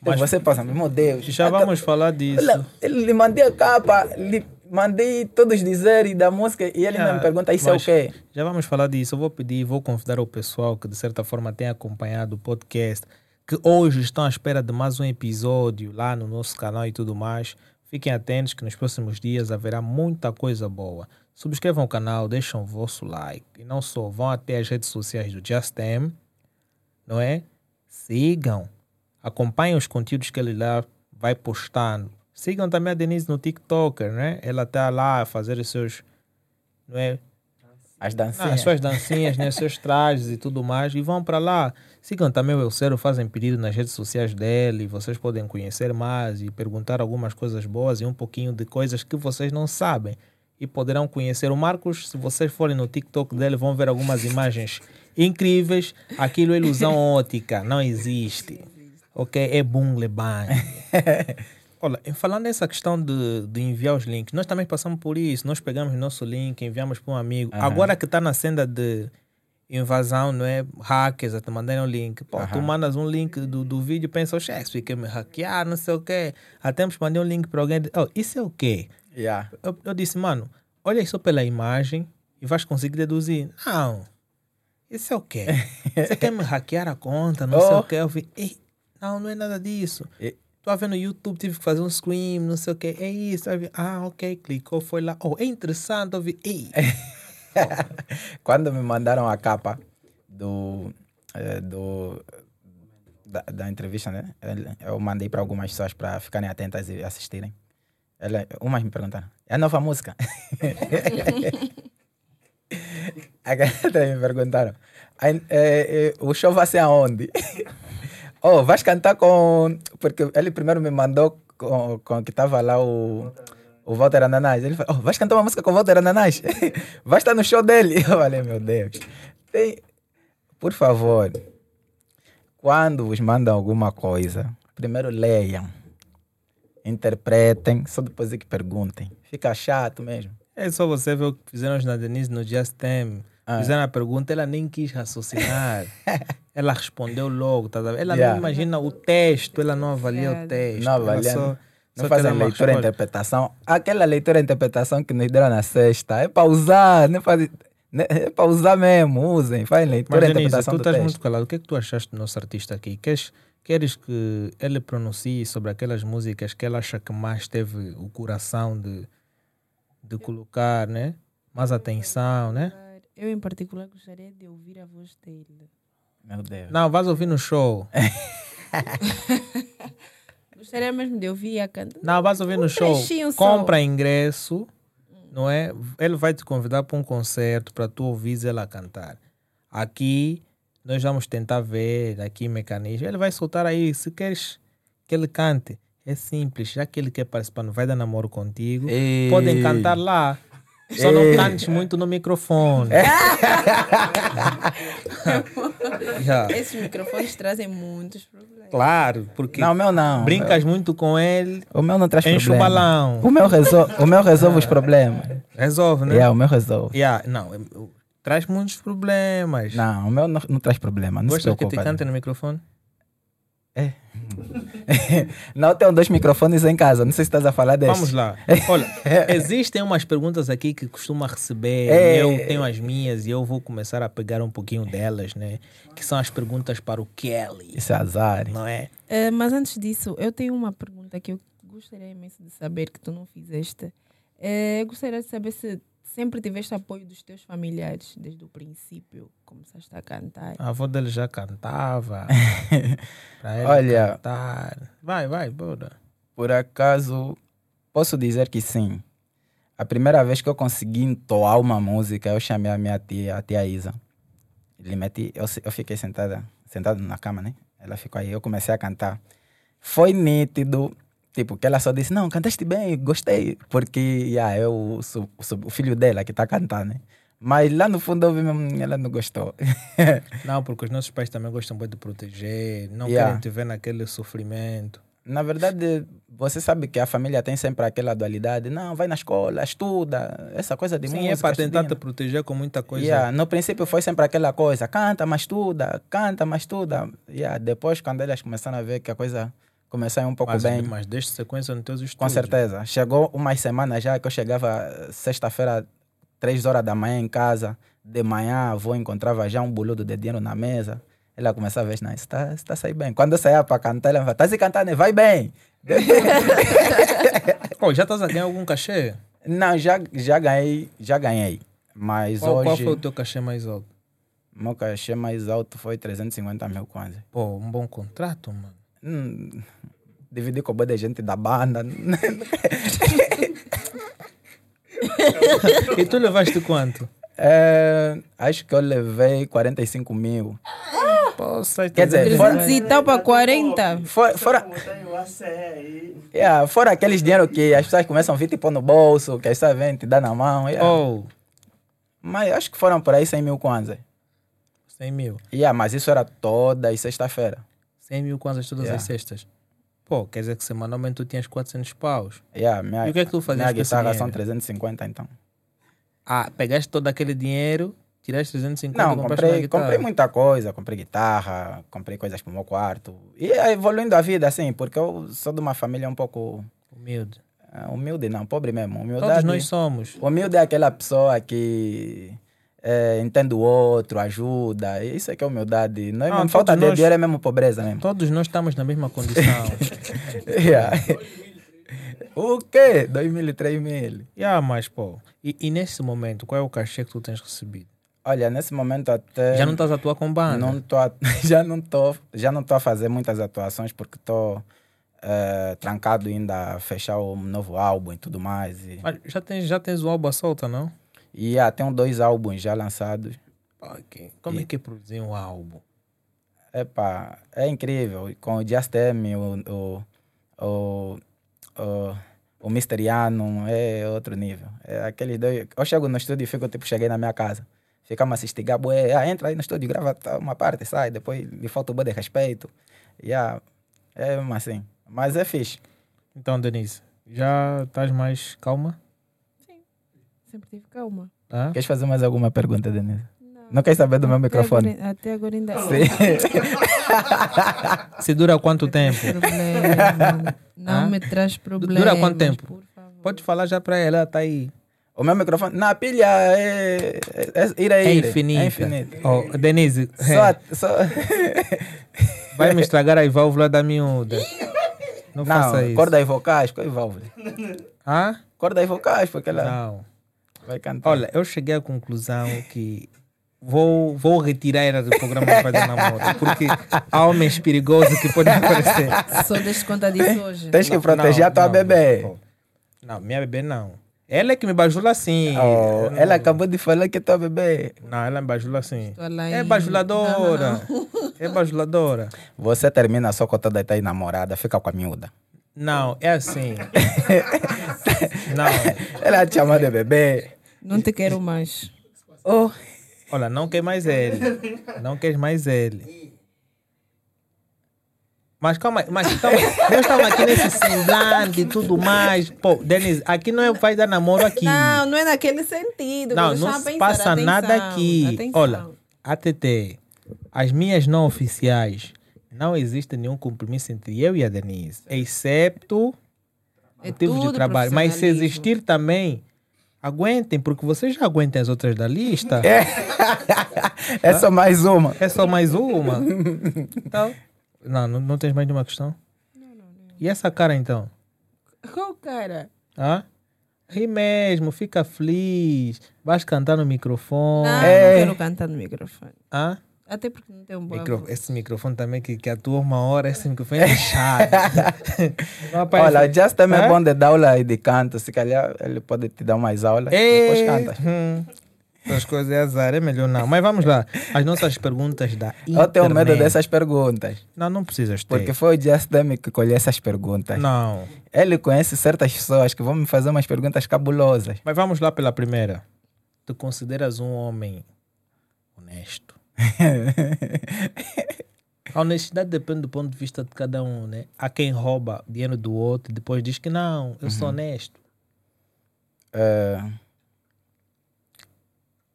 C: Então
B: Mas-
C: você passa, meu Deus.
B: Já
C: até-
B: vamos falar disso.
C: Olha, Lhe mandei a capa, lhe mandei todos os dizeres da música e ele
B: Ah,
C: mesmo me pergunta, isso
B: mas
C: é o quê?
B: Já vamos falar disso. Eu vou pedir, vou convidar o pessoal que de certa forma tem acompanhado o podcast, que hoje estão à espera de mais um episódio lá no nosso canal e tudo mais. Fiquem atentos que nos próximos dias haverá muita coisa boa. Subscrevam o canal, deixem o vosso like. E não só, vão até as redes sociais do Justem, não é? Sigam, acompanhem os conteúdos que ele lá vai postando. Sigam também a Denise no TikToker, né? Ela está lá a fazer os seus, não é?
C: As
B: Ah,
C: dancinhas.
B: as suas dancinhas, né? seus trajes e tudo mais. E vão para lá. Sigam também o Elcero, fazem pedido nas redes sociais dele. Vocês podem conhecer mais e perguntar algumas coisas boas e um pouquinho de coisas que vocês não sabem. E poderão conhecer o Marcos. Se vocês forem no TikTok dele, vão ver algumas imagens incríveis. Aquilo é ilusão ótica. Não existe. Ok? É Bunglebang. Olha, em- falando nessa questão de, de enviar os links, nós também passamos por isso. Nós pegamos nosso link, enviamos para um amigo. Agora que está na senda tá de invasão, não é? Hackers a te mandarem um link. Pô, tu
C: Aham.
B: mandas um link do, do vídeo, pensa, o chefe, quer me é hackear, não sei o quê. Há tempos mandei um link para alguém. Oh, isso é o quê?
C: Yeah.
B: Eu, eu disse, mano, olha só pela imagem e vais conseguir deduzir. Não, isso é o quê? Você quer me hackear a conta, não sei
C: Oh.
B: o quê. Eu vi, ei, não, não é nada disso.
C: E-
B: Tô vendo no YouTube, tive que fazer um scream, não sei o quê. É isso. Aí vi, ah, ok, clicou, foi lá. Oh, é interessante, eu vi, ei.
C: Quando me mandaram a capa do. eh, do da, da entrevista, né? Ele- Eu mandei para algumas pessoas para ficarem atentas e assistirem. Ela, umas me perguntaram: é a nova música? [LAUGHS] As outras me perguntaram: "Ai, eh, eh, o show vai ser aonde? oh, vais cantar com. Porque ele primeiro me mandou com, com que estava lá o. O Walter Ananás. Ele falou, oh, vais cantar uma música com o Walter [LAUGHS] Ananás? Vai estar no show dele. [LAUGHS] Eu falei, meu Deus. Tem... Por favor, quando vos mandam alguma coisa, primeiro leiam, interpretem, só depois é que perguntem. Fica chato mesmo.
B: É só você ver o que fizeram os Denise no Just Time.
C: Ah.
B: Fizeram a pergunta, ela nem quis [LAUGHS] raciocinar. ela respondeu logo, tá? vendo? Ela
C: Yeah.
B: não imagina o texto, ela não avalia o
A: Verdade.
B: texto.
C: Não
B: ela
C: avalia,
B: só- só
C: Não
B: quer
C: fazem
B: dar uma
C: leitura e
B: resposta.
C: interpretação. Aquela leitura e interpretação que nos deram na sexta é para usar, não faz... né? é para usar mesmo, usem, fazem
B: Mas,
C: leitura e
B: Denise,
C: interpretação
B: tu
C: do
B: estás
C: texto.
B: muito calado. O que é que tu achaste do nosso artista aqui? Queres, queres que ele pronuncie sobre aquelas músicas que ela acha que mais teve o coração de, de colocar, né? Mais atenção, né?
A: Eu, em particular, gostaria de ouvir a voz dele.
C: Meu Deus.
B: Não, vais ouvir no show.
A: Gostaria mesmo de ouvir a cantar.
B: Não, vais ouvir no show.
A: Um trechinho só.
B: Compra ingresso, não é? Ele vai te convidar para um concerto para tu ouvires ela cantar. Aqui nós vamos tentar ver aqui o mecanismo. Ele vai soltar aí, se queres que ele cante. É simples, já que ele quer participar, não vai dar namoro contigo.
C: Ei.
B: Podem cantar lá. Só não
C: Ei. É.
B: cantes muito no microfone.
A: [LAUGHS]
B: Já.
A: Esses microfones trazem muitos problemas.
B: Claro, porque
C: Não, o meu não.
B: brincas muito com ele,
C: O meu não traz
B: enche o
C: problema.
B: balão.
C: O meu, resol... o meu resolve os problemas.
B: Resolve, né?
C: Yeah, o meu resolve.
B: Yeah, não, eu- eu- traz muitos problemas.
C: Não, o meu não, não traz problema. Não
B: Gostas
C: se
B: que te
C: preocupa.
B: cantem no microfone?
C: não, eu tenho dois microfones em casa. Não sei se estás a falar desse.
B: Vamos
C: [LAUGHS]
B: lá. Olha, existem umas perguntas aqui que costuma receber.
C: É.
B: Eu tenho as minhas e eu vou começar a pegar um pouquinho delas, né? Que são as perguntas para o Kelly,
C: Isso é azar.
B: não é?
A: Ah, mas antes disso, eu tenho uma pergunta que eu gostaria imenso de saber que tu não fizeste. Eh, eu gostaria de saber se sempre tiveste apoio dos teus familiares desde o princípio, começaste a cantar.
B: A avó dele já
C: [LAUGHS]
B: cantava. pra ele
C: Olha,
B: cantar. Vai, vai, bora.
C: por acaso, posso dizer que sim. A primeira vez que eu consegui entoar uma música, eu chamei a minha tia, a tia Isa. Lhe meti, eu, se- eu fiquei sentada, sentado na cama, né? Ela ficou aí, eu comecei a cantar. Foi nítido, tipo, que ela só disse, não, cantaste bem, gostei. Porque, yeah, é o, su- o su- o filho dela que tá cantando, né? Mas lá no fundo, eu vi, "Hum, ela não gostou.
B: Não, porque os nossos pais também gostam muito de proteger, não
C: Yeah.
B: querem te ver naquele sofrimento.
C: Na verdade, você sabe que a família tem sempre aquela dualidade. Não, vai na escola, estuda, essa coisa de
B: Sim,
C: música.
B: é para tentar é. te
C: estudinha.
B: proteger com muita coisa.
C: Yeah, no princípio foi sempre aquela coisa, canta, mas estuda, canta, mas estuda. Yeah, depois, quando elas começaram a ver que a coisa começou a ir um pouco
B: mas,
C: bem,
B: mas deixa sequência nos teus estudos.
C: com certeza. Chegou umas semanas já que eu chegava eh, sexta-feira, três horas da manhã em casa. De manhã, a avó encontrava já um boludo de dinheiro na mesa. Ela começava a ver, não, isso tá, isso tá saindo bem. Quando eu saía para cantar, ela me falava, tá se cantando, vai bem.
B: Pô, já estás a ganhar algum cachê?
C: Não, já, já ganhei, já ganhei. Mas
B: Qual, qual
C: hoje,
B: foi o teu cachê mais alto?
C: meu cachê mais alto foi 350 mil quase.
B: Pô, um bom contrato, mano.
C: Hum, dividi com o de gente da banda. [LAUGHS]
B: E tu levaste quanto?
C: É, acho que eu levei 45 mil.
B: Pô, sai
C: Quer dizer, fora-
A: 300 e tal para 40?
C: Fora, fora,
D: Botei o ACE aí.
C: yeah, fora aqueles dinheiro que as pessoas começam a vir tipo no bolso, que as pessoas vêm te dar na mão. yeah.
B: Oh,
C: Mas acho que foram por aí 100 mil quase.
B: 100 mil.
C: Yeah, mas isso era toda e sexta-feira.
B: 100 mil quase todas
C: Yeah.
B: as sextas. Pô, quer dizer que semanalmente tu tinhas 400 paus.
C: Yeah, minha,
B: E o que é que tu fazias
C: Minha
B: com esse
C: guitarra
B: dinheiro?
C: são 350 então.
B: Ah, pegaste todo aquele dinheiro, Tiraste 350
C: Não,
B: e compraste uma
C: comprei,
B: guitarra.
C: comprei muita coisa, comprei guitarra, comprei coisas para o meu quarto. E é evoluindo a vida, assim, porque eu sou de uma família um pouco
B: Humilde.
C: ah, humilde, não, pobre mesmo. Humildade,
B: Todos nós somos.
C: Humilde é aquela pessoa que eh, entende o outro, ajuda. Isso é que é humildade. Não é
B: Não,
C: mesmo falta
B: todos
C: de
B: nós-
C: dinheiro, é mesmo pobreza mesmo.
B: Todos nós estamos na mesma condição.
C: [LAUGHS] Yeah. o quê? 2 mil e 3 mil.
B: yeah, mas, pô, e, e nesse momento, qual é o cachê que tu tens recebido?
C: Olha, nesse momento até.
B: Já É. não estás a atuar com banda?
C: não tô a- [LAUGHS] já não tô já não tô a fazer muitas atuações porque estou trancado ainda a fechar o novo álbum e tudo mais e,
B: Mas já tens, já tens o álbum à solta, não?
C: e ah, tenho dois álbuns já lançados
B: Ok. Como é que é produzir um álbum?
C: Epá, é incrível. Com o Justem, o, o, o, o, o Mysteriano, é outro nível. É aquele dois. Eu chego no estúdio e fico tipo, cheguei na minha casa. Ficamos a se instigar, bué, ah, entra aí no estúdio, grava tal uma parte, sai, depois lhe falta o bué de respeito. Yeah, é mesmo assim. Mas é fixe.
B: Então, Denise, já estás mais calma? Tá?
A: Sempre tive calma.
B: Hã?
C: Queres fazer mais alguma pergunta, Denise?
A: Não,
C: Não queres saber do meu microfone?
A: Agora, até agora ainda.
C: Sim.
B: Se dura quanto tempo?
A: Problema. Não
B: Hã?
A: me traz problemas.
B: Ah? Dura quanto tempo?
A: Por favor.
B: Pode falar já para ela, tá aí.
C: [LAUGHS] o meu microfone. Na pilha é. é, é ira,
B: É
C: ira.
B: infinita.
C: É infinito.
B: Oh, Denise,
C: Só, só...
B: vai me estragar a válvula da miúda. Não, faça
C: Não,
B: isso.
C: corda aí vocais, qual é válvula?
B: Hã?
C: Corda aí vocais, porque ela
B: Não.
C: vai cantar.
B: Olha, eu cheguei à conclusão que vou, vou retirar ela do programa para dar namoro, porque há homens perigosos que podem [LAUGHS] aparecer.
A: Só deixa conta disso hoje.
C: Tens que
B: Não,
C: proteger é a tua
B: não,
C: bebê.
B: pô. Não, minha bebê não. Ela é que me bajula assim.
C: Oh,
B: Eu
C: ela
B: não-
C: acabou de falar que é tua bebê.
B: Não, ela me bajula assim.
A: Tô lá
B: É
A: em-
B: bajuladora. É bajuladora.
C: Você termina só com toda a tua namorada, fica com a miúda.
B: Não, é
C: [LAUGHS]
B: assim. não.
C: Ela te chama de bebê.
A: Não te quero mais.
C: Oh,
B: Olha, não quer mais ele. Não quer mais ele. Mas calma, aí, mas estamos, nós estamos aqui nesse semblante e tudo mais. Pô, Denise, aqui não é vai dar namoro aqui.
A: Não, não é naquele sentido.
B: Não,
A: Deixa
B: não
A: eu
B: se
A: pensar,
B: passa
A: atenção,
B: nada aqui.
A: atenção.
B: Olha, ATT, as minhas não oficiais, não existe nenhum compromisso entre eu e a Denise, excepto
A: É
B: motivos de
A: tudo
B: trabalho. Mas se
A: profissionalismo.
B: existir também, aguentem, porque vocês já aguentem as outras da lista.
C: é só mais uma.
B: É só mais uma. Então, não, não, não tens mais nenhuma questão? E essa cara então?
A: Qual cara?
B: Hã? Ri mesmo, fica feliz, vais cantar no
A: Ah, Não,
B: microfone.
A: não quero cantar no microfone.
B: Hã?
A: Até porque não tem um bom
B: É. Micro- esse microfone também que, que atua uma hora, esse microfone
C: [LAUGHS]
B: é chato. Não aparece.
C: Olha, o Justin é
B: Hã?
C: bom de dar aula e de canto. Se calhar ele pode te dar mais aulas. Depois
B: Ei,
C: canta.
B: hum, essas coisas é azar, é melhor não. Mas vamos lá, as nossas perguntas da internet.
C: Eu tenho medo dessas perguntas.
B: Não, não precisas ter.
C: Porque é. foi o Justin que colheu essas perguntas.
B: Não,
C: Ele conhece certas pessoas que vão me fazer umas perguntas cabulosas.
B: mas vamos lá pela primeira. Tu consideras um homem honesto?
C: [LAUGHS]
B: A honestidade depende do ponto de vista de cada um, né? Há quem rouba dinheiro do outro e depois diz que não, eu
C: Uhum.
B: sou honesto.
C: É,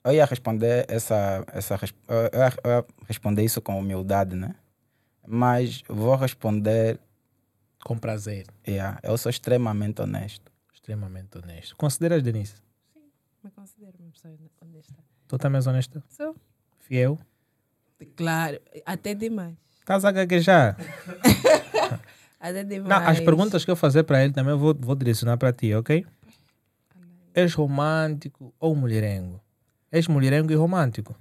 C: eu ia responder essa, essa res- eu ia- eu ia responder isso com humildade, né? Mas vou responder,
B: Com prazer,
C: yeah, eu sou extremamente honesto.
B: extremamente honesto. Consideras, Denise?
A: Me considero uma pessoa honesta. é
B: Tu também és honesta?
A: Sou?
B: Fiel?
A: Claro, até demais.
B: Estás a gaguejar?
A: Até demais.
B: Não, as perguntas que eu fazer para ele também eu vou, vou direcionar para ti, ok? És romântico ou mulherengo? És mulherengo e romântico?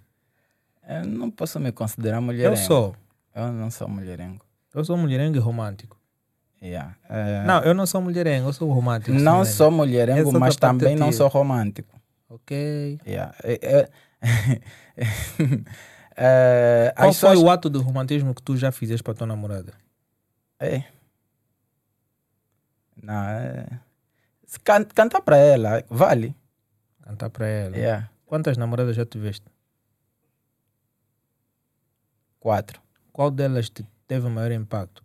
C: Eu não posso me considerar
B: Eu
C: mulherengo.
B: sou.
C: Eu não sou mulherengo.
B: Eu sou mulherengo e romântico.
C: Yeah. É,
B: Não, eu não sou mulherengo, eu sou romântico.
C: não
B: sim,
C: sou mulherengo,
B: Essa
C: mas
B: tá pra
C: também não
B: ter.
C: sou romântico.
B: né? Ok.
C: Yeah. É, é- [LAUGHS] é,
B: Qual
C: as
B: foi
C: suas-
B: o ato do romantismo que tu já fizeste para tua namorada?
C: É. Não, é... Se can- cantar para ela, vale. É
B: Cantar para ela.
C: Yeah.
B: Quantas namoradas já tiveste?
C: Quatro.
B: Qual delas te teve o maior impacto?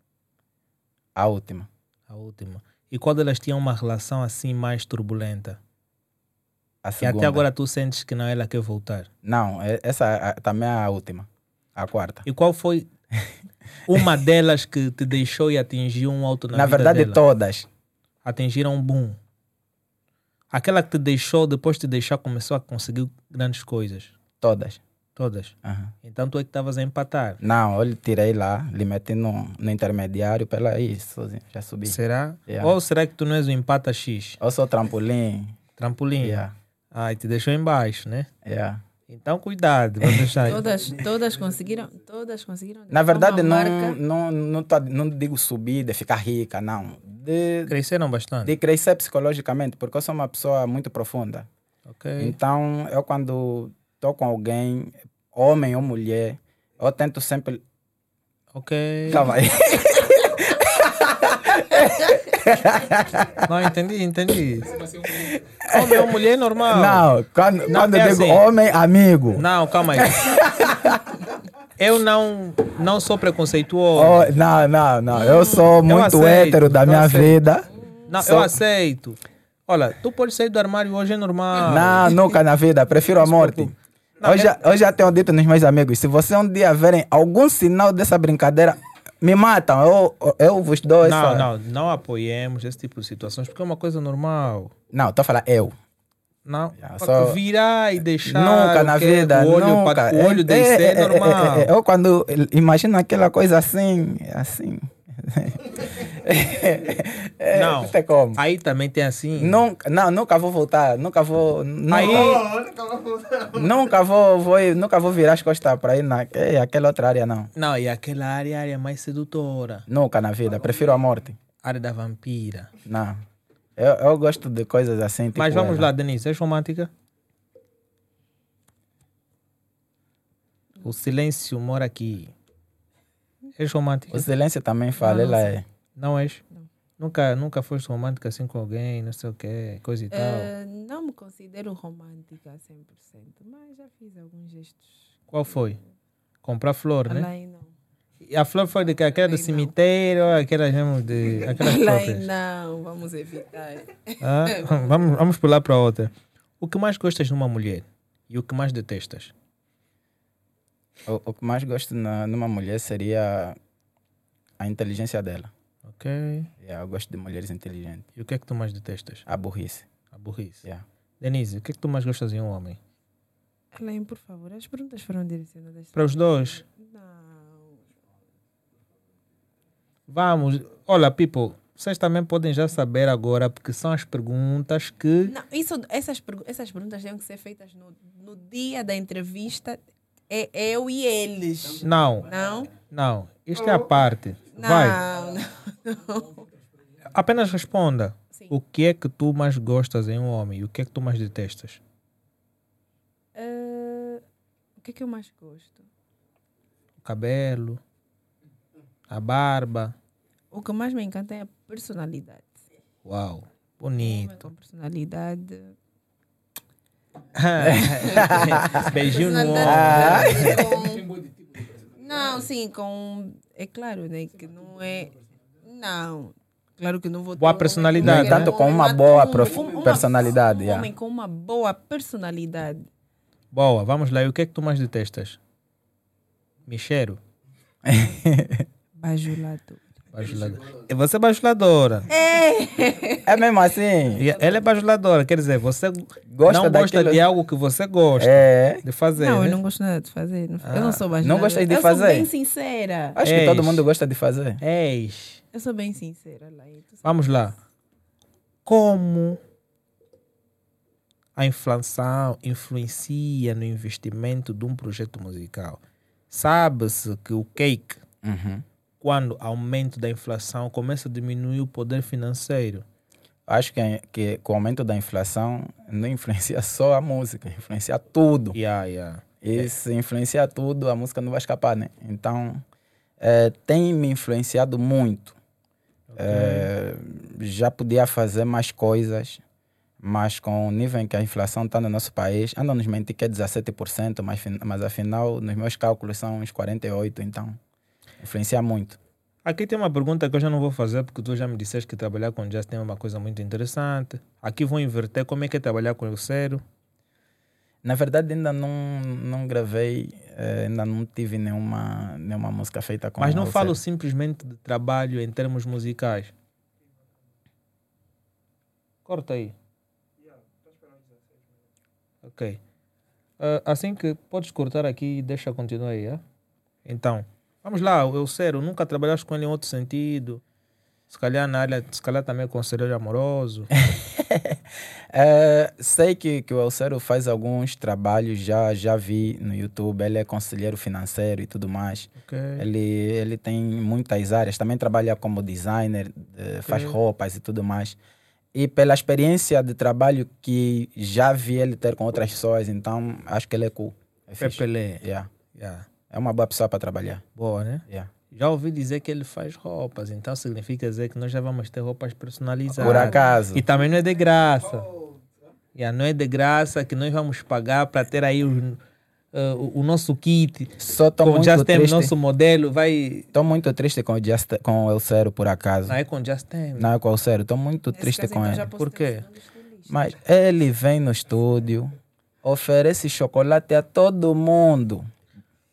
C: A última.
B: A última. E qual delas tinha uma relação assim mais turbulenta?
C: A
B: E até
C: segunda.
B: agora tu sentes que não é ela quer voltar.
C: Não, é- essa a- também é a última. A quarta.
B: E qual
C: [LAUGHS]
B: foi uma delas que te deixou e atingiu um alto na,
C: Na,
B: vida
C: verdade, então-
B: dela?
C: todas.
B: Atingiram um boom. Aquela que te deixou, depois de te deixar, começou a conseguir grandes coisas.
C: Todas.
B: Todas.
C: Aham.
B: Então tu é que estavas a empatar.
C: Não, eu lhe tirei lá, lhe meti no, no intermediário pra ela ir sozinha. Já subi.
B: Será?
C: Yeah.
B: Ou será que tu não és o empata X?
C: Eu sou trampolim.
B: Trampolim.
C: Yeah.
B: Ai, te deixou em baixo, né?
C: Yeah.
B: Então cuidado, vai
A: [LAUGHS]
B: deixar.
A: Todas, todas conseguiram? Todas conseguiram?
C: Na verdade,
A: Uma
C: não,
A: marca-
C: não, não, tô- não digo subir, de ficar rica, não. De,
B: Cresceram bastante.
C: de crescer psicologicamente, porque eu sou uma pessoa muito profunda.
B: Ok.
C: Então, eu quando estou com alguém, homem ou mulher, eu tento sempre...
B: Ok.
C: Calma aí.
B: Não, entendi, entendi. [LAUGHS] Homem ou mulher é normal.
C: [LAUGHS] Não, quando,
B: Não,
C: quando
B: é
C: eu digo
B: assim.
C: homem, amigo.
B: Não, calma [LAUGHS] aí. Eu não, não sou preconceituoso.
C: Oh, não, não, não. Eu sou muito
B: Hum. aceito,
C: hétero da
B: eu
C: minha
B: aceito.
C: vida.
B: Não, eu
C: sou-
B: aceito. Olha, tu pode sair do armário hoje é normal.
C: Não, nunca na vida. Prefiro a morte. eu,
B: é
C: já, eu já tenho dito nos meus amigos, se vocês um dia verem algum sinal dessa brincadeira, me matam. Eu, eu vos dou essa...
B: Não, não, não apoiemos esse tipo de situações, porque é uma coisa normal.
C: Não, tô a falar eu.
B: Não,
C: Já,
B: Pra
C: só-
B: virar e deixar.
C: nunca na
B: o que- é.
C: vida,
B: O olho,
C: nunca.
B: Para, o olho
C: É,
B: descer é,
C: é, é, é,
B: normal.
C: é, é. Eu quando imagino aquela coisa assim, assim... [LAUGHS] É,
B: Não.
C: Não tem como.
B: Aí também tem assim.
C: Nunca, não, nunca vou voltar, nunca vou... nu-
B: Aí-
D: Oh, nunca vou voltar.
C: Nunca vou, vou ir- nunca vou virar as costas para ir naquela aquela outra área, não.
B: Não, e aquela área, área mais sedutora.
C: Nunca na vida, prefiro a morte.
B: Área da vampira.
C: Não. Eu, eu gosto de coisas assim, tipo...
B: Mas vamos
C: ela.
B: lá, Denise, és romântica? O silêncio mora aqui. És romântica?
C: O silêncio também fala, ela é.
B: Não és? Nunca, nunca foste romântica assim com alguém, não sei o quê, coisa e tal.
A: Eh, não me considero romântica a 100%, mas já fiz alguns gestos.
B: Qual foi? Comprar flor, né?
A: Além não.
B: E a flor foi de que? Aquela do
A: Além não.
B: cemitério, aquelas mesmo
A: [LAUGHS]
B: de. [LAUGHS] Aquelas
A: Além
B: próprias.
A: não, vamos evitar.
B: Ah, [LAUGHS] vamos, vamos pular para outra. O que mais gostas numa mulher? E o que mais detestas?
C: O, o que mais gosto na, numa mulher seria a inteligência dela.
B: Ok.
C: Yeah, eu gosto de mulheres inteligentes.
B: E o que é que tu mais detestas?
C: A burrice.
B: A burrice.
C: Yeah.
B: Denise, o que é que tu mais gostas em um homem?
A: Além, por favor, as perguntas foram direcionadas
B: Para os dois,
A: Não.
B: vamos. Olha, people, vocês também podem já saber agora, porque são as perguntas que.
A: Não, isso, essas, pergu- essas perguntas têm que ser feitas no, no dia da entrevista. É eu e eles.
B: Não,
A: Não?
B: não. Isto é a parte.
A: Oh. Não.
B: Vai.
A: não, não.
B: Apenas responda.
A: Sim.
B: O que é que tu mais gostas em um homem e o que é que tu mais detestas?
A: Ah, o que é que eu mais gosto?
B: O cabelo, a barba.
A: O que mais me encanta é a personalidade.
B: Uau,
A: Homem
B: bonito.
A: com personalidade.
B: Beijinho
A: [LAUGHS]
B: no ombro.
A: Personalidade com- Não, sim, com. É claro, né? Que não é. Não. Claro que não
B: Boa
A: vou um homem-
C: No
B: personalidade, Verdade,
C: entanto,
A: um
C: é com
A: homem
C: uma
A: maduro,
C: boa
A: um-
C: prof-
A: um- uma-
C: personalidade. é.
A: Um
C: yeah.
A: homem com uma boa personalidade.
B: Boa, vamos lá. E o que é que tu mais detestas? Michero?
A: Bajulado.
B: Bajuladora. E Você é bajuladora.
C: É mesmo
B: [LAUGHS]
C: assim.
B: E Ela é bajuladora, quer dizer, você
C: Gosta
B: não gosta
C: daquilo-
B: de algo que você gosta
C: É.
B: de fazer.
A: Não,
B: né?
A: eu não gosto nada de fazer. Não- eu não sou bajulada.
C: Ah. Não gostas de
A: eu
C: fazer?
A: sou bem sincera.
C: Acho
B: É
C: que todo
B: isso.
C: mundo gosta de fazer.
B: Eis.
A: Eu sou bem sincera, Laí. Tu sabe.
B: Vamos lá. Como a inflação influencia no investimento de um projeto musical? Sabe-se que o cake,
C: Uhum.
B: quando aumento da inflação, começa a diminuir o poder financeiro.
C: Acho que, que com o aumento da inflação não influencia [LAUGHS] só a música, influencia tudo.
B: Yeah, yeah.
C: E se influenciar tudo, a música não vai escapar, né? Então, eh, tem me influenciado muito.
B: É.
C: Eh, já podia fazer mais coisas, mas com o nível em que a inflação está no nosso país, andam nos mentir que é 17%, mas, fin- mas afinal, nos meus cálculos são uns 48%, então influencia muito.
B: Aqui tem uma pergunta que eu já não vou fazer, porque tu já me disseste que trabalhar com jazz tem uma coisa muito interessante. Aqui vou inverter como é que é trabalhar com o Lucero.
C: Na verdade, ainda não, não gravei, eh, ainda não tive nenhuma, nenhuma música feita com
B: Mas não
C: você.
B: falo simplesmente de trabalho em termos musicais. Corta aí. Ok. Ah, assim que podes cortar aqui e deixa continuar aí, é? Então, vamos lá, eu sério, nunca trabalhaste com ele em outro sentido. Se calhar na área, se calhar também é conselheiro amoroso.
C: Eh, sei que, que o Elcero faz alguns trabalhos, já, já vi no YouTube, ele é conselheiro financeiro e tudo mais.
B: Ok.
C: Ele, ele tem muitas áreas, também trabalha como designer, eh, faz
B: Ok.
C: roupas e tudo mais. E pela experiência de trabalho que já vi ele ter com outras pessoas, então acho que ele é cool. É fixe.
B: Pepelé.
C: Yeah.
B: Yeah.
C: É uma boa pessoa para trabalhar.
B: Boa, né?
C: Yeah.
B: Já ouvi dizer que ele faz roupas, então significa dizer que nós já vamos ter roupas personalizadas.
C: Por acaso.
B: E também não é de graça. Yeah, não é de graça que nós vamos pagar para ter aí os- eh, o, o nosso kit.
C: Só tô
B: com
C: muito
B: Justin,
C: triste.
B: nosso modelo, vai.
C: Tô muito triste com o, Just, com o Elcero, por acaso.
B: Não é com Justin.
C: Não é com o Elcero. Tô muito
A: Nesse
C: triste
A: caso,
C: com
A: então,
C: ele.
A: já posso
B: Por
A: ter
B: quê?
A: um estilista.
C: Mas ele vem no estúdio, oferece chocolate a todo mundo.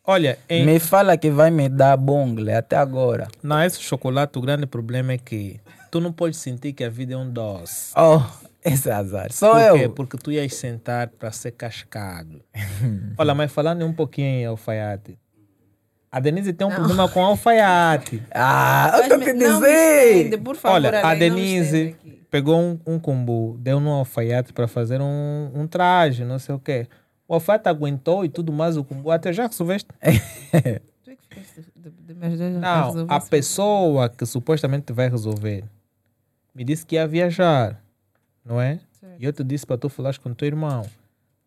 B: Olha, em-
C: Me fala que vai me dar bungle até agora.
B: não, esse chocolate, o grande problema é que tu não podes sentir que a vida é um doce.
C: Oh, [LAUGHS] esse é azar. Sou
B: Por quê?
C: eu.
B: Porque tu ias sentar para ser cascado. [LAUGHS] Olha, mas falando um pouquinho em alfaiate. A Denise tem um problema com alfaiate.
C: Ah, eu
A: Mas
C: tô
A: me-
C: te
A: não me estende,
C: dizer.
A: por favor,
B: Olha, a
A: Ale, não me estende
B: Denise
A: aqui.
B: pegou um, um combo, deu num alfaiate para fazer um, um traje, não sei o quê. O alfaiate aguentou e tudo mais, o combo até já resolveste.
C: É,
A: Tu é que ficaste de, de me ajudar a
B: Não,
A: resolver
B: a
A: isso.
B: pessoa que supostamente vai resolver me disse que ia viajar, não é?
A: Certo.
B: E eu te disse para tu falares com teu irmão.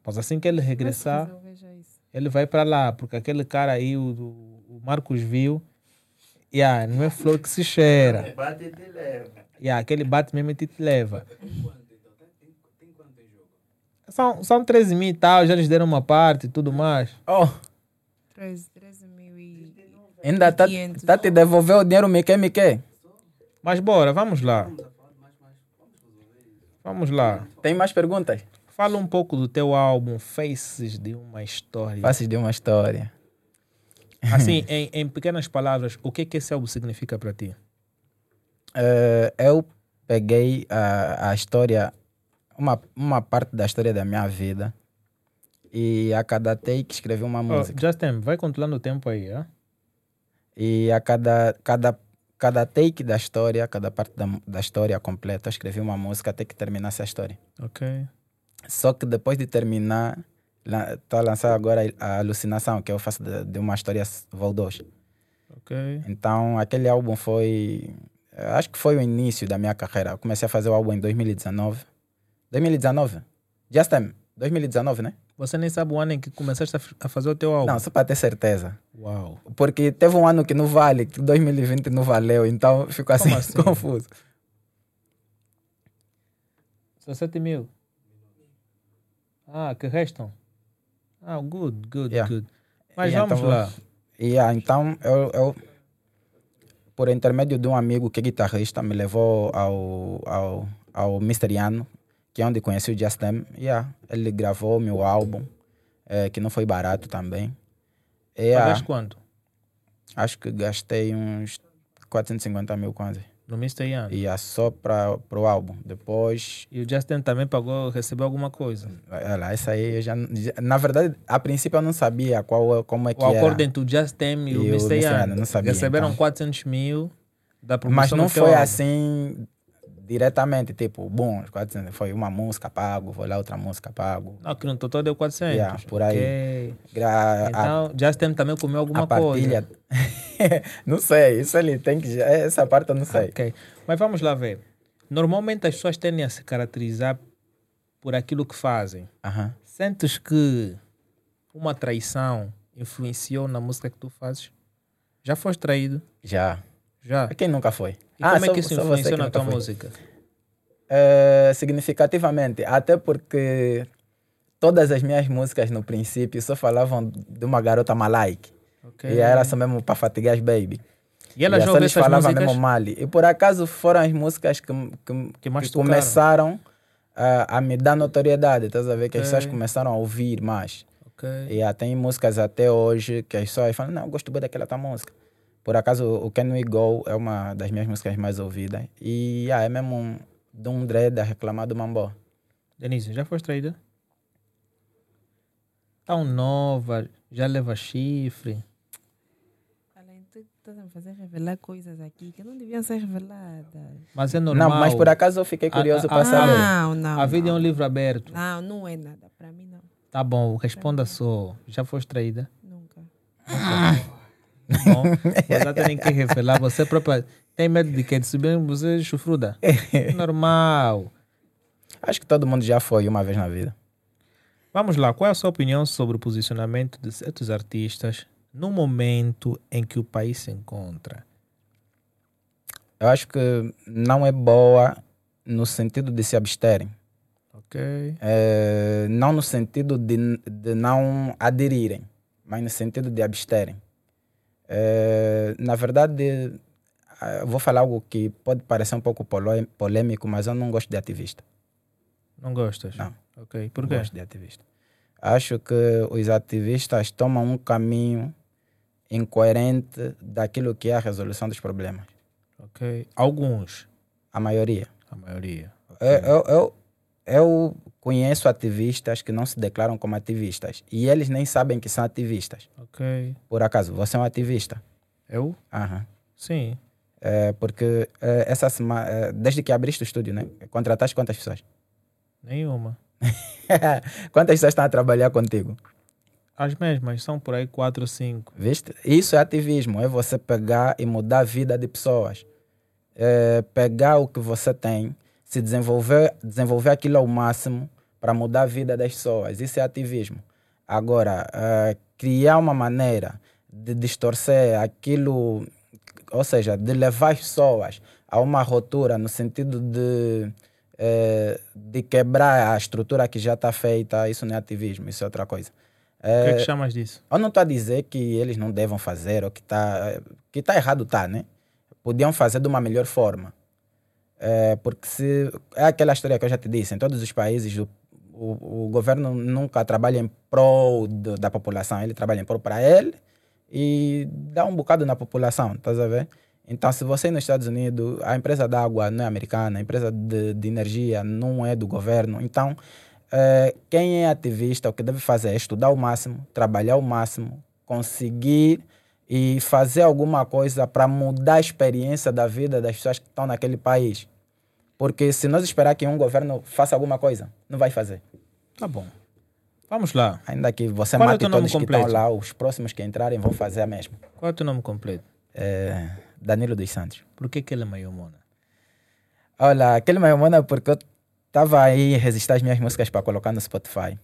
B: Mas assim que ele regressar,
A: Mas eu vejo isso.
B: ele vai para lá, porque aquele cara aí, o, o Marcos viu, yeah, não é flor que se cheira.
D: É, Bate e te leva.
B: Yeah, aquele bate mesmo e te leva. São, são 13 mil e tal, já lhes deram uma parte e tudo mais.
C: Oh,
A: 13, 13 mil e...
C: ainda tá,
A: 500.
C: tá te devolver o dinheiro, me quer, me quer.
B: Mas bora, vamos lá. Vamos lá.
C: Tem mais perguntas?
B: Fala um pouco do teu álbum Faces de uma História.
C: Faces de uma história.
B: Assim, em, em pequenas palavras, o que que esse álbum significa para ti?
C: Eh, eu peguei a, a história, uma, uma parte da história da minha vida e a cada take escrevi uma
B: Oh,
C: música.
B: Justin, vai controlando o tempo aí, ah?
C: E a cada, cada, cada take da história, cada parte da, da história completa, eu escrevi uma música até que terminasse a história.
B: Ok.
C: Só que depois de terminar, estou a lançar agora a Alucinação, que eu faço de, de uma história vol 2.
B: Ok.
C: Então, aquele álbum foi. eh, Acho que foi o início da minha carreira. Eu comecei a fazer o álbum em 2019. 2019? Just time. 2019, né?
B: Você nem sabe o ano em que começaste a, f- a fazer o teu álbum.
C: Não, só para ter certeza.
B: Uau.
C: Porque teve um ano que não vale, que 2020 não valeu, então ficou assim,
B: Como assim?
C: [LAUGHS] confuso.
B: 17 mil. Ah, que restam? Ah, good, good,
C: Yeah.
B: good. Mas
C: Yeah,
B: vamos
C: então
B: lá.
C: E ah, então, eu, eu, por intermédio de um amigo que é guitarrista, me levou ao, ao, ao Misteriano, que é onde conheci o Just Them. Yeah, ele gravou meu álbum, eh, que não foi barato também. E, ah,
B: Pagaste quanto?
C: Acho que gastei uns 450 mil quase.
B: No Mr. Ian.
C: E é só para o álbum. Depois,
B: E o Justin também pagou, recebeu alguma coisa.
C: ela, essa aí eu já, já- Na verdade, a princípio eu não sabia qual, é- como é que
B: O acordo
C: era.
B: entre o Justin e,
C: E o
B: o Mr.
C: Mr. Ian,
B: Ian.
C: não sabia,
B: Receberam
C: então.
B: 400 mil da promoção
C: Mas não
B: do teu
C: foi
B: álbum.
C: assim diretamente, tipo, bom, os 400, foi uma música pago, foi lá outra música pago.
B: Não, que no total deu 400.
C: Yeah, por aí.
B: Ok.
C: Gra- a-
B: Então, Justin também comeu
C: a,
B: alguma coisa.
C: partilha. [LAUGHS] não sei, isso ele tem que. Essa parte eu não
B: Ah,
C: sei.
B: Ok. Mas vamos lá ver. Normalmente as pessoas tendem a se caracterizar por aquilo que fazem.
C: Aham.
B: Sentes que uma traição influenciou na música que tu fazes? Já foste traído?
C: Já.
B: Já.
C: Quem nunca foi?
B: E como é
C: Ah, só-
B: que isso
C: só você
B: influenciou na
C: nunca
B: tua
C: foi.
B: música?
C: É, significativamente, até porque todas as minhas músicas no princípio só falavam de uma garota malike.
B: Ok.
C: E era só mesmo para fatigar as baby.
B: E ela
C: e
B: já
C: só
B: ouviu
C: eles
B: essas
C: falavam
B: músicas?
C: mesmo Mali. E por acaso foram as músicas que, que,
B: Que mais
C: que
B: tocaram.
C: começaram a, a me dar notoriedade, estás a ver? Que as
B: Ok.
C: pessoas começaram a ouvir mais.
B: Ok.
C: E ah, tem músicas até hoje que as pessoas falam, não, eu gosto bem daquela tua música. Por acaso, o Can We Go é uma das minhas músicas mais ouvidas. E ah, é mesmo um, de um dread a reclamar do Mambó.
B: Denise, já foste traída? Tão nova, já leva chifre.
A: Além de tudo, estás a me fazer revelar coisas aqui que não deviam ser reveladas.
B: Mas é normal.
C: Não, mas por acaso eu fiquei
B: Ah,
C: curioso
B: ah,
C: para
B: ah.
C: saber.
A: Não, não.
B: A vida é um
A: não.
B: livro aberto.
A: Não, não é nada. Para mim, não.
B: Tá bom, responda só. Já foste traída?
A: Nunca.
B: Tá
C: [LAUGHS]
B: Bom, você tem que revelar. Você própria tem medo de que de subir você
C: [LAUGHS]
B: chufruda. Normal.
C: Acho que todo mundo já foi uma vez na vida.
B: Vamos lá, qual é a sua opinião sobre o posicionamento de certos artistas no momento em que o país se encontra?
C: Eu acho que não é boa no sentido de se absterem.
B: Ok.
C: Eh, não no sentido de, de não aderirem, mas no sentido de absterem. Eh, na verdade, ah, vou falar algo que pode parecer um pouco polé- polêmico, mas eu não gosto de ativista.
B: Não gostas?
C: Não.
B: Ok, por
C: Não
B: quê?
C: gosto de ativista. Acho que os ativistas tomam um caminho incoerente daquilo que é a resolução dos problemas.
B: Ok. Alguns,
C: A maioria.
B: a maioria.
C: Eu, eu, eu, eu conheço ativistas que não se declaram como ativistas. E eles nem sabem que são ativistas.
B: Ok.
C: Por acaso, você é um ativista?
B: Eu?
C: Aham.
B: Sim.
C: É porque é, essa semana, desde que abriste o estúdio, né? Contrataste quantas pessoas? [LAUGHS]
B: Nenhuma.
C: quantas pessoas estão a trabalhar contigo?
B: As mesmas, são por aí quatro ou cinco.
C: Viste? Isso é ativismo, é você pegar e mudar a vida de pessoas. É pegar o que você tem, se desenvolver, desenvolver aquilo ao máximo para mudar a vida das pessoas. Isso é ativismo. Agora, eh, criar uma maneira de distorcer aquilo, ou seja, de levar as pessoas a uma ruptura no sentido de, eh, de quebrar a estrutura que já está feita, isso não é ativismo, isso é outra coisa.
B: O que é que chamas disso?
C: Eu não estou a dizer que eles não devam fazer, ou que está que tá errado, tá, né? Podiam fazer de uma melhor forma. É, porque se. É aquela história que eu já te disse, em todos os países o, o, o governo nunca trabalha em prol do- da população, ele trabalha em prol para ele e dá um bocado na população, tá a ver? Então, se você ir nos Estados Unidos, a empresa d'água não é americana, a empresa de, de energia não é do governo. Então, eh, quem é ativista, o que deve fazer é estudar o máximo, trabalhar o máximo, conseguir e fazer alguma coisa para mudar a experiência da vida das pessoas que estão naquele país. Porque se nós esperar que um governo faça alguma coisa, não vai fazer.
B: Tá bom. Vamos lá.
C: Ainda que você
B: Qual é o
C: mate
B: teu nome
C: todos que
B: completo?
C: estão lá, os próximos que entrarem vão fazer a mesma.
B: Qual é o teu nome completo?
C: Eh, Danilo dos Santos.
B: Por que, que ele é meio mona?
C: Olha, aquele meu mano, porque eu tava aí resistar as minhas músicas para colocar no Spotify.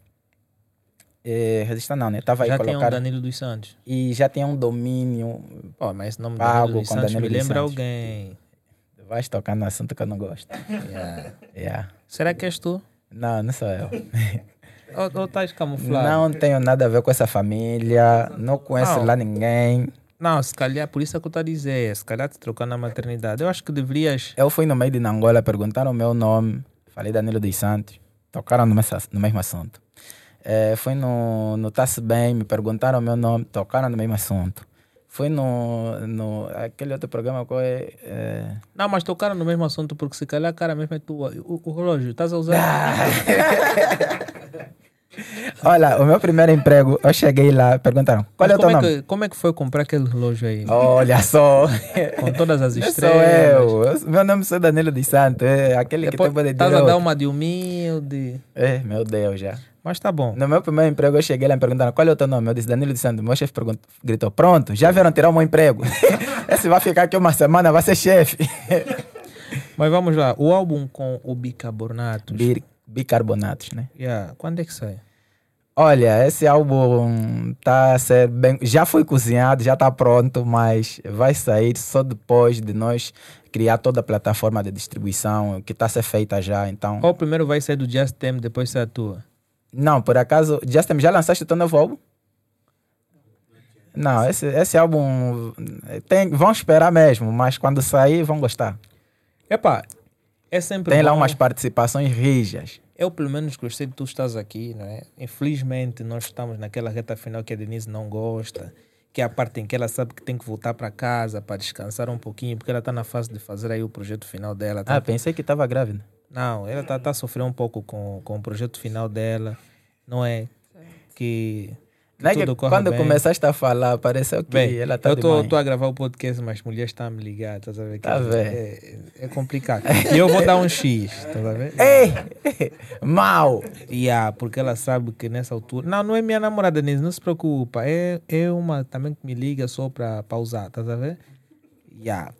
C: Eh, resistar não, né? Tava aí
B: Já tem um
C: colocar
B: Danilo dos Santos.
C: e já tem um domínio.
B: Pô, mas esse nome
C: Pago
B: Danilo dos
C: Ah, com
B: Santos me
C: Danilo dos
B: lembra
C: Santos.
B: alguém.
C: Vais tocar no assunto que eu não gosto.
B: Yeah.
C: Yeah.
B: Será que és tu? tá
C: Não, não sou eu.
B: Ou, ou estás camuflado?
C: não tenho nada a ver com essa família. Não conheço
B: Não.
C: lá ninguém.
B: Não, se calhar, por isso é que eu estou a dizer, se calhar te trocar na maternidade. Eu acho que deverias.
C: Eu fui no meio de Angola, perguntaram o meu nome. Falei Danilo dos Santos. Tocaram no mesmo, no mesmo assunto. Eh, fui no, no Tá Se Bem, me perguntaram o meu nome. Tocaram no mesmo assunto. Fui no, no aquele outro programa qual é, eh,
B: Não, mas tocaram no mesmo assunto, porque se calhar a cara mesmo é tua. O, o relógio, estás a usar.
C: Ah, Olha, o meu primeiro emprego, eu cheguei lá, perguntaram,
B: Mas
C: qual é o teu
B: como,
C: nome?
B: que, como é que foi comprar aquele relógio
C: [LAUGHS]
B: aí?
C: Olha só.
B: Com todas as
C: Não
B: estrelas.
C: [LAUGHS] sou eu. Eu- Meu nome é Danilo dos Santos. É aquele
B: Depois,
C: que tem poder de
B: estás a dar
C: outro.
B: uma de humilde.
C: É, meu Deus, já.
B: Mas tá bom.
C: No meu primeiro emprego, eu cheguei lá e me perguntaram qual é o teu nome. Eu disse Danilo dos Santos. Meu chefe perguntou, gritou: Pronto, já vieram tirar o meu emprego. [LAUGHS] Esse vai ficar aqui uma semana, vai ser chefe.
B: Mas vamos lá. O álbum com o bicarbonato.
C: Bi- Bicarbonatos, né?
B: Yeah. Quando é que sai?
C: Olha, esse álbum tá a ser bem. Já foi cozinhado, já tá pronto, mas vai sair só depois de nós criar toda a plataforma de distribuição que tá a ser feita já. Então.
B: Ou primeiro vai sair do Just Tem, depois sai a tua?
C: Não, por acaso, Justin, já lançaste o teu novo álbum? Não, esse, esse eh, álbum tem, vão esperar mesmo, mas quando sair vão gostar.
B: Epá, É sempre
C: Tem
B: bom.
C: lá umas participações rijas.
B: Eu, pelo menos, gostei de tu estás aqui, não é? Infelizmente, nós estamos naquela reta final que a Denise não gosta, que é a parte em que ela sabe que tem que voltar para casa para descansar um pouquinho, porque ela está na fase de fazer aí o projeto final dela. tá?
C: Ah, pensei que estava grávida.
B: Não, ela está tá sofrendo um pouco com, com o projeto final dela, não é? Que, que
C: Não é que
B: tudo corra
C: quando
B: bem.
C: começaste a falar, pareceu que
B: Bem,
C: ela tá está
B: eu
C: de
B: tô,
C: mãe.
B: tô a gravar o podcast, mas mulheres estão a me ligar, estás a ver?
C: Tá
B: Que
C: vendo.
B: é, é complicado. e eu vou dar um X, estás a ver?
C: Ei! [LAUGHS] Mal!
B: Yeah, porque ela sabe que nessa altura. Não, não é minha namorada, Denise, não se preocupa. É, é uma também que me liga só para pausar, estás a ver? Yeah.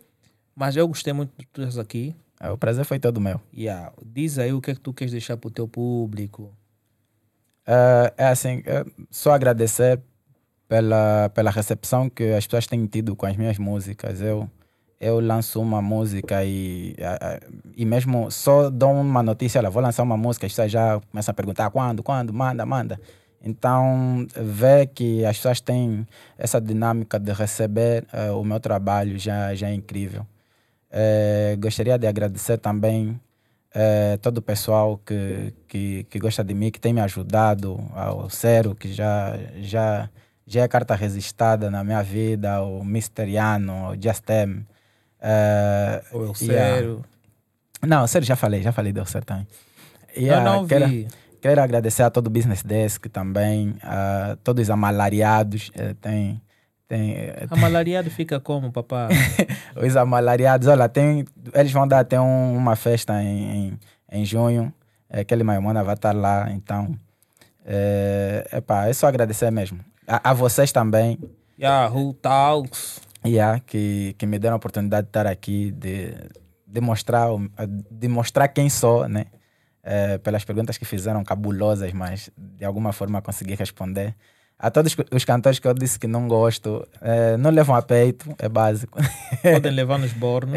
B: Mas eu gostei muito de tudo isso aqui.
C: Ah, O prazer foi todo meu.
B: Yeah. Diz aí o que é que tu queres deixar pro teu público.
C: Ah, é assim, é só agradecer pela, pela recepção que as pessoas têm tido com as minhas músicas. Eu, eu lanço uma música e, ah, ah, e mesmo só dou uma notícia, olha, vou lançar uma música, as pessoas já começam a perguntar quando, quando, manda, manda. Então, ver que as pessoas têm essa dinâmica de receber ah, o meu trabalho já, já é incrível. Eh, gostaria de agradecer também eh, todo o pessoal que, que, que gosta de mim, que tem me ajudado, ao Cero, que já, já, já é carta registrada na minha vida, ao Misteriano, ao Justem. Eh,
B: Ou é eu
C: yeah.
B: sério.
C: Não, sério, já falei, já falei do Cero também.
B: eu
C: Yeah,
B: não
C: quero-
B: vi.
C: Quero agradecer a todo o Business Desk também, a todos os amalariados. eh, tem, tem, eh,
B: A malariado fica como, papá?
C: os amalariados, olha, tem, eles vão dar até um- uma festa em, em, em junho. Eh, Kelly Maimona vai estar lá, então. É, epá, é só agradecer mesmo. A, a vocês também,
B: yeah, who talks?
C: yeah, que, que me deram a oportunidade de estar aqui, de, de, mostrar, o- de mostrar quem sou, né? Eh, pelas perguntas que fizeram, cabulosas, mas de alguma forma consegui responder. A todos os cantores que eu disse que não gosto, eh, não levam a peito, é básico.
B: Podem levar nos bornos. [LAUGHS]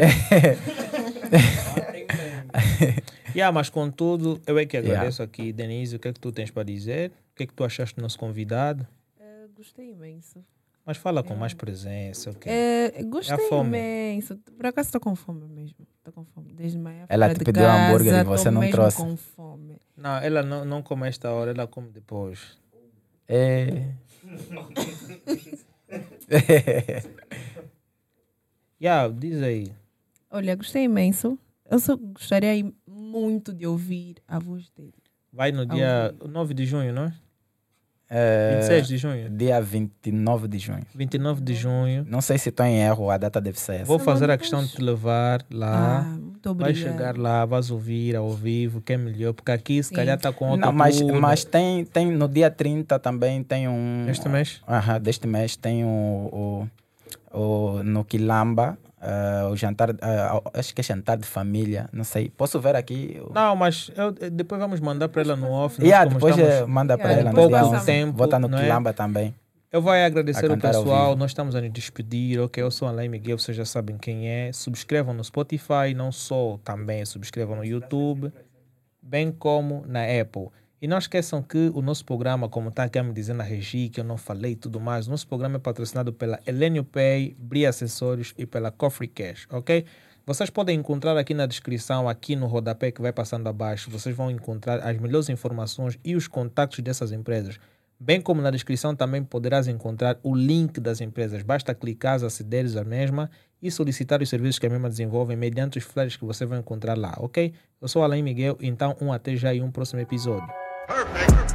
B: yeah, mas contudo, eu é que
C: Yeah.
B: agradeço aqui. Denise, o que é que tu tens para dizer? O que é que tu achaste do nosso convidado?
A: Eh, gostei imenso.
B: Mas fala com mais presença, ok?
A: Eh, gostei
B: É a fome.
A: imenso. Por acaso estou com fome mesmo. Estou com fome. Desde manhã.
C: Ela
A: fora
C: te
A: de
C: pediu um
A: casa,
C: hambúrguer e
A: tô
C: você não
A: mesmo
C: trouxe.
A: com fome.
B: Não, ela não, não come a esta hora, ela come depois.
C: É. É.
B: [LAUGHS] Yeah, diz aí.
A: Olha, gostei imenso. Eu só gostaria im- muito de ouvir a voz dele.
B: Vai no
A: Ah,
B: dia 9 de junho, não é?
C: É,
B: 26 de junho.
C: Dia 29 de junho.
B: 29 de junho.
C: Não sei se estou em erro, a data deve ser essa.
B: Vou
A: Semana
B: fazer a
A: depois.
B: questão de te levar lá.
A: Ah, muito
B: Vai
A: obrigada.
B: chegar lá, vais ouvir ao vivo, que é melhor, porque aqui se
A: Sim.
B: calhar está com outro
C: Não, mas,
B: turno.
C: mas tem, tem no dia 30 também tem um.
B: Este mês?
C: Aham, deste mês tem o, o, o- no Quilamba. eh, o jantar, eh, acho que é jantar de família, não sei. Posso ver aqui? o-
B: Não, mas eu- eh, depois vamos mandar para ela no off. nós
C: Yeah,
B: como
C: depois eh,
B: estamos-
C: manda para
A: Yeah,
C: ela. no
A: pouco
C: dia
A: de
C: 11.
B: É, tempo,
C: Vou estar no
B: não é?
C: Quilamba também.
B: Eu vou agradecer
C: A
B: o
C: cantar ao
B: pessoal,
C: vivo.
B: nós estamos a nos despedir, ok? Eu sou Alain Miguel, vocês já sabem quem é. Subscrevam no Spotify, não só também, subscrevam no YouTube, bem como na Apple. E não esqueçam que o nosso programa, como está aqui a me dizer na Regi, que eu não falei e tudo mais, o nosso programa é patrocinado pela Elenio Pay, Bria Acessórios e pela Coffee Cash, ok? Vocês podem encontrar aqui na descrição, aqui no rodapé que vai passando abaixo, vocês vão encontrar as melhores informações e os contatos dessas empresas. Bem como na descrição também poderás encontrar o link das empresas. Basta clicar, acederes à mesma e solicitar os serviços que a mesma desenvolvem mediante os flyers que você vai encontrar lá, ok? Eu sou Alain Miguel, então um até já e um próximo episódio.
E: Perfect.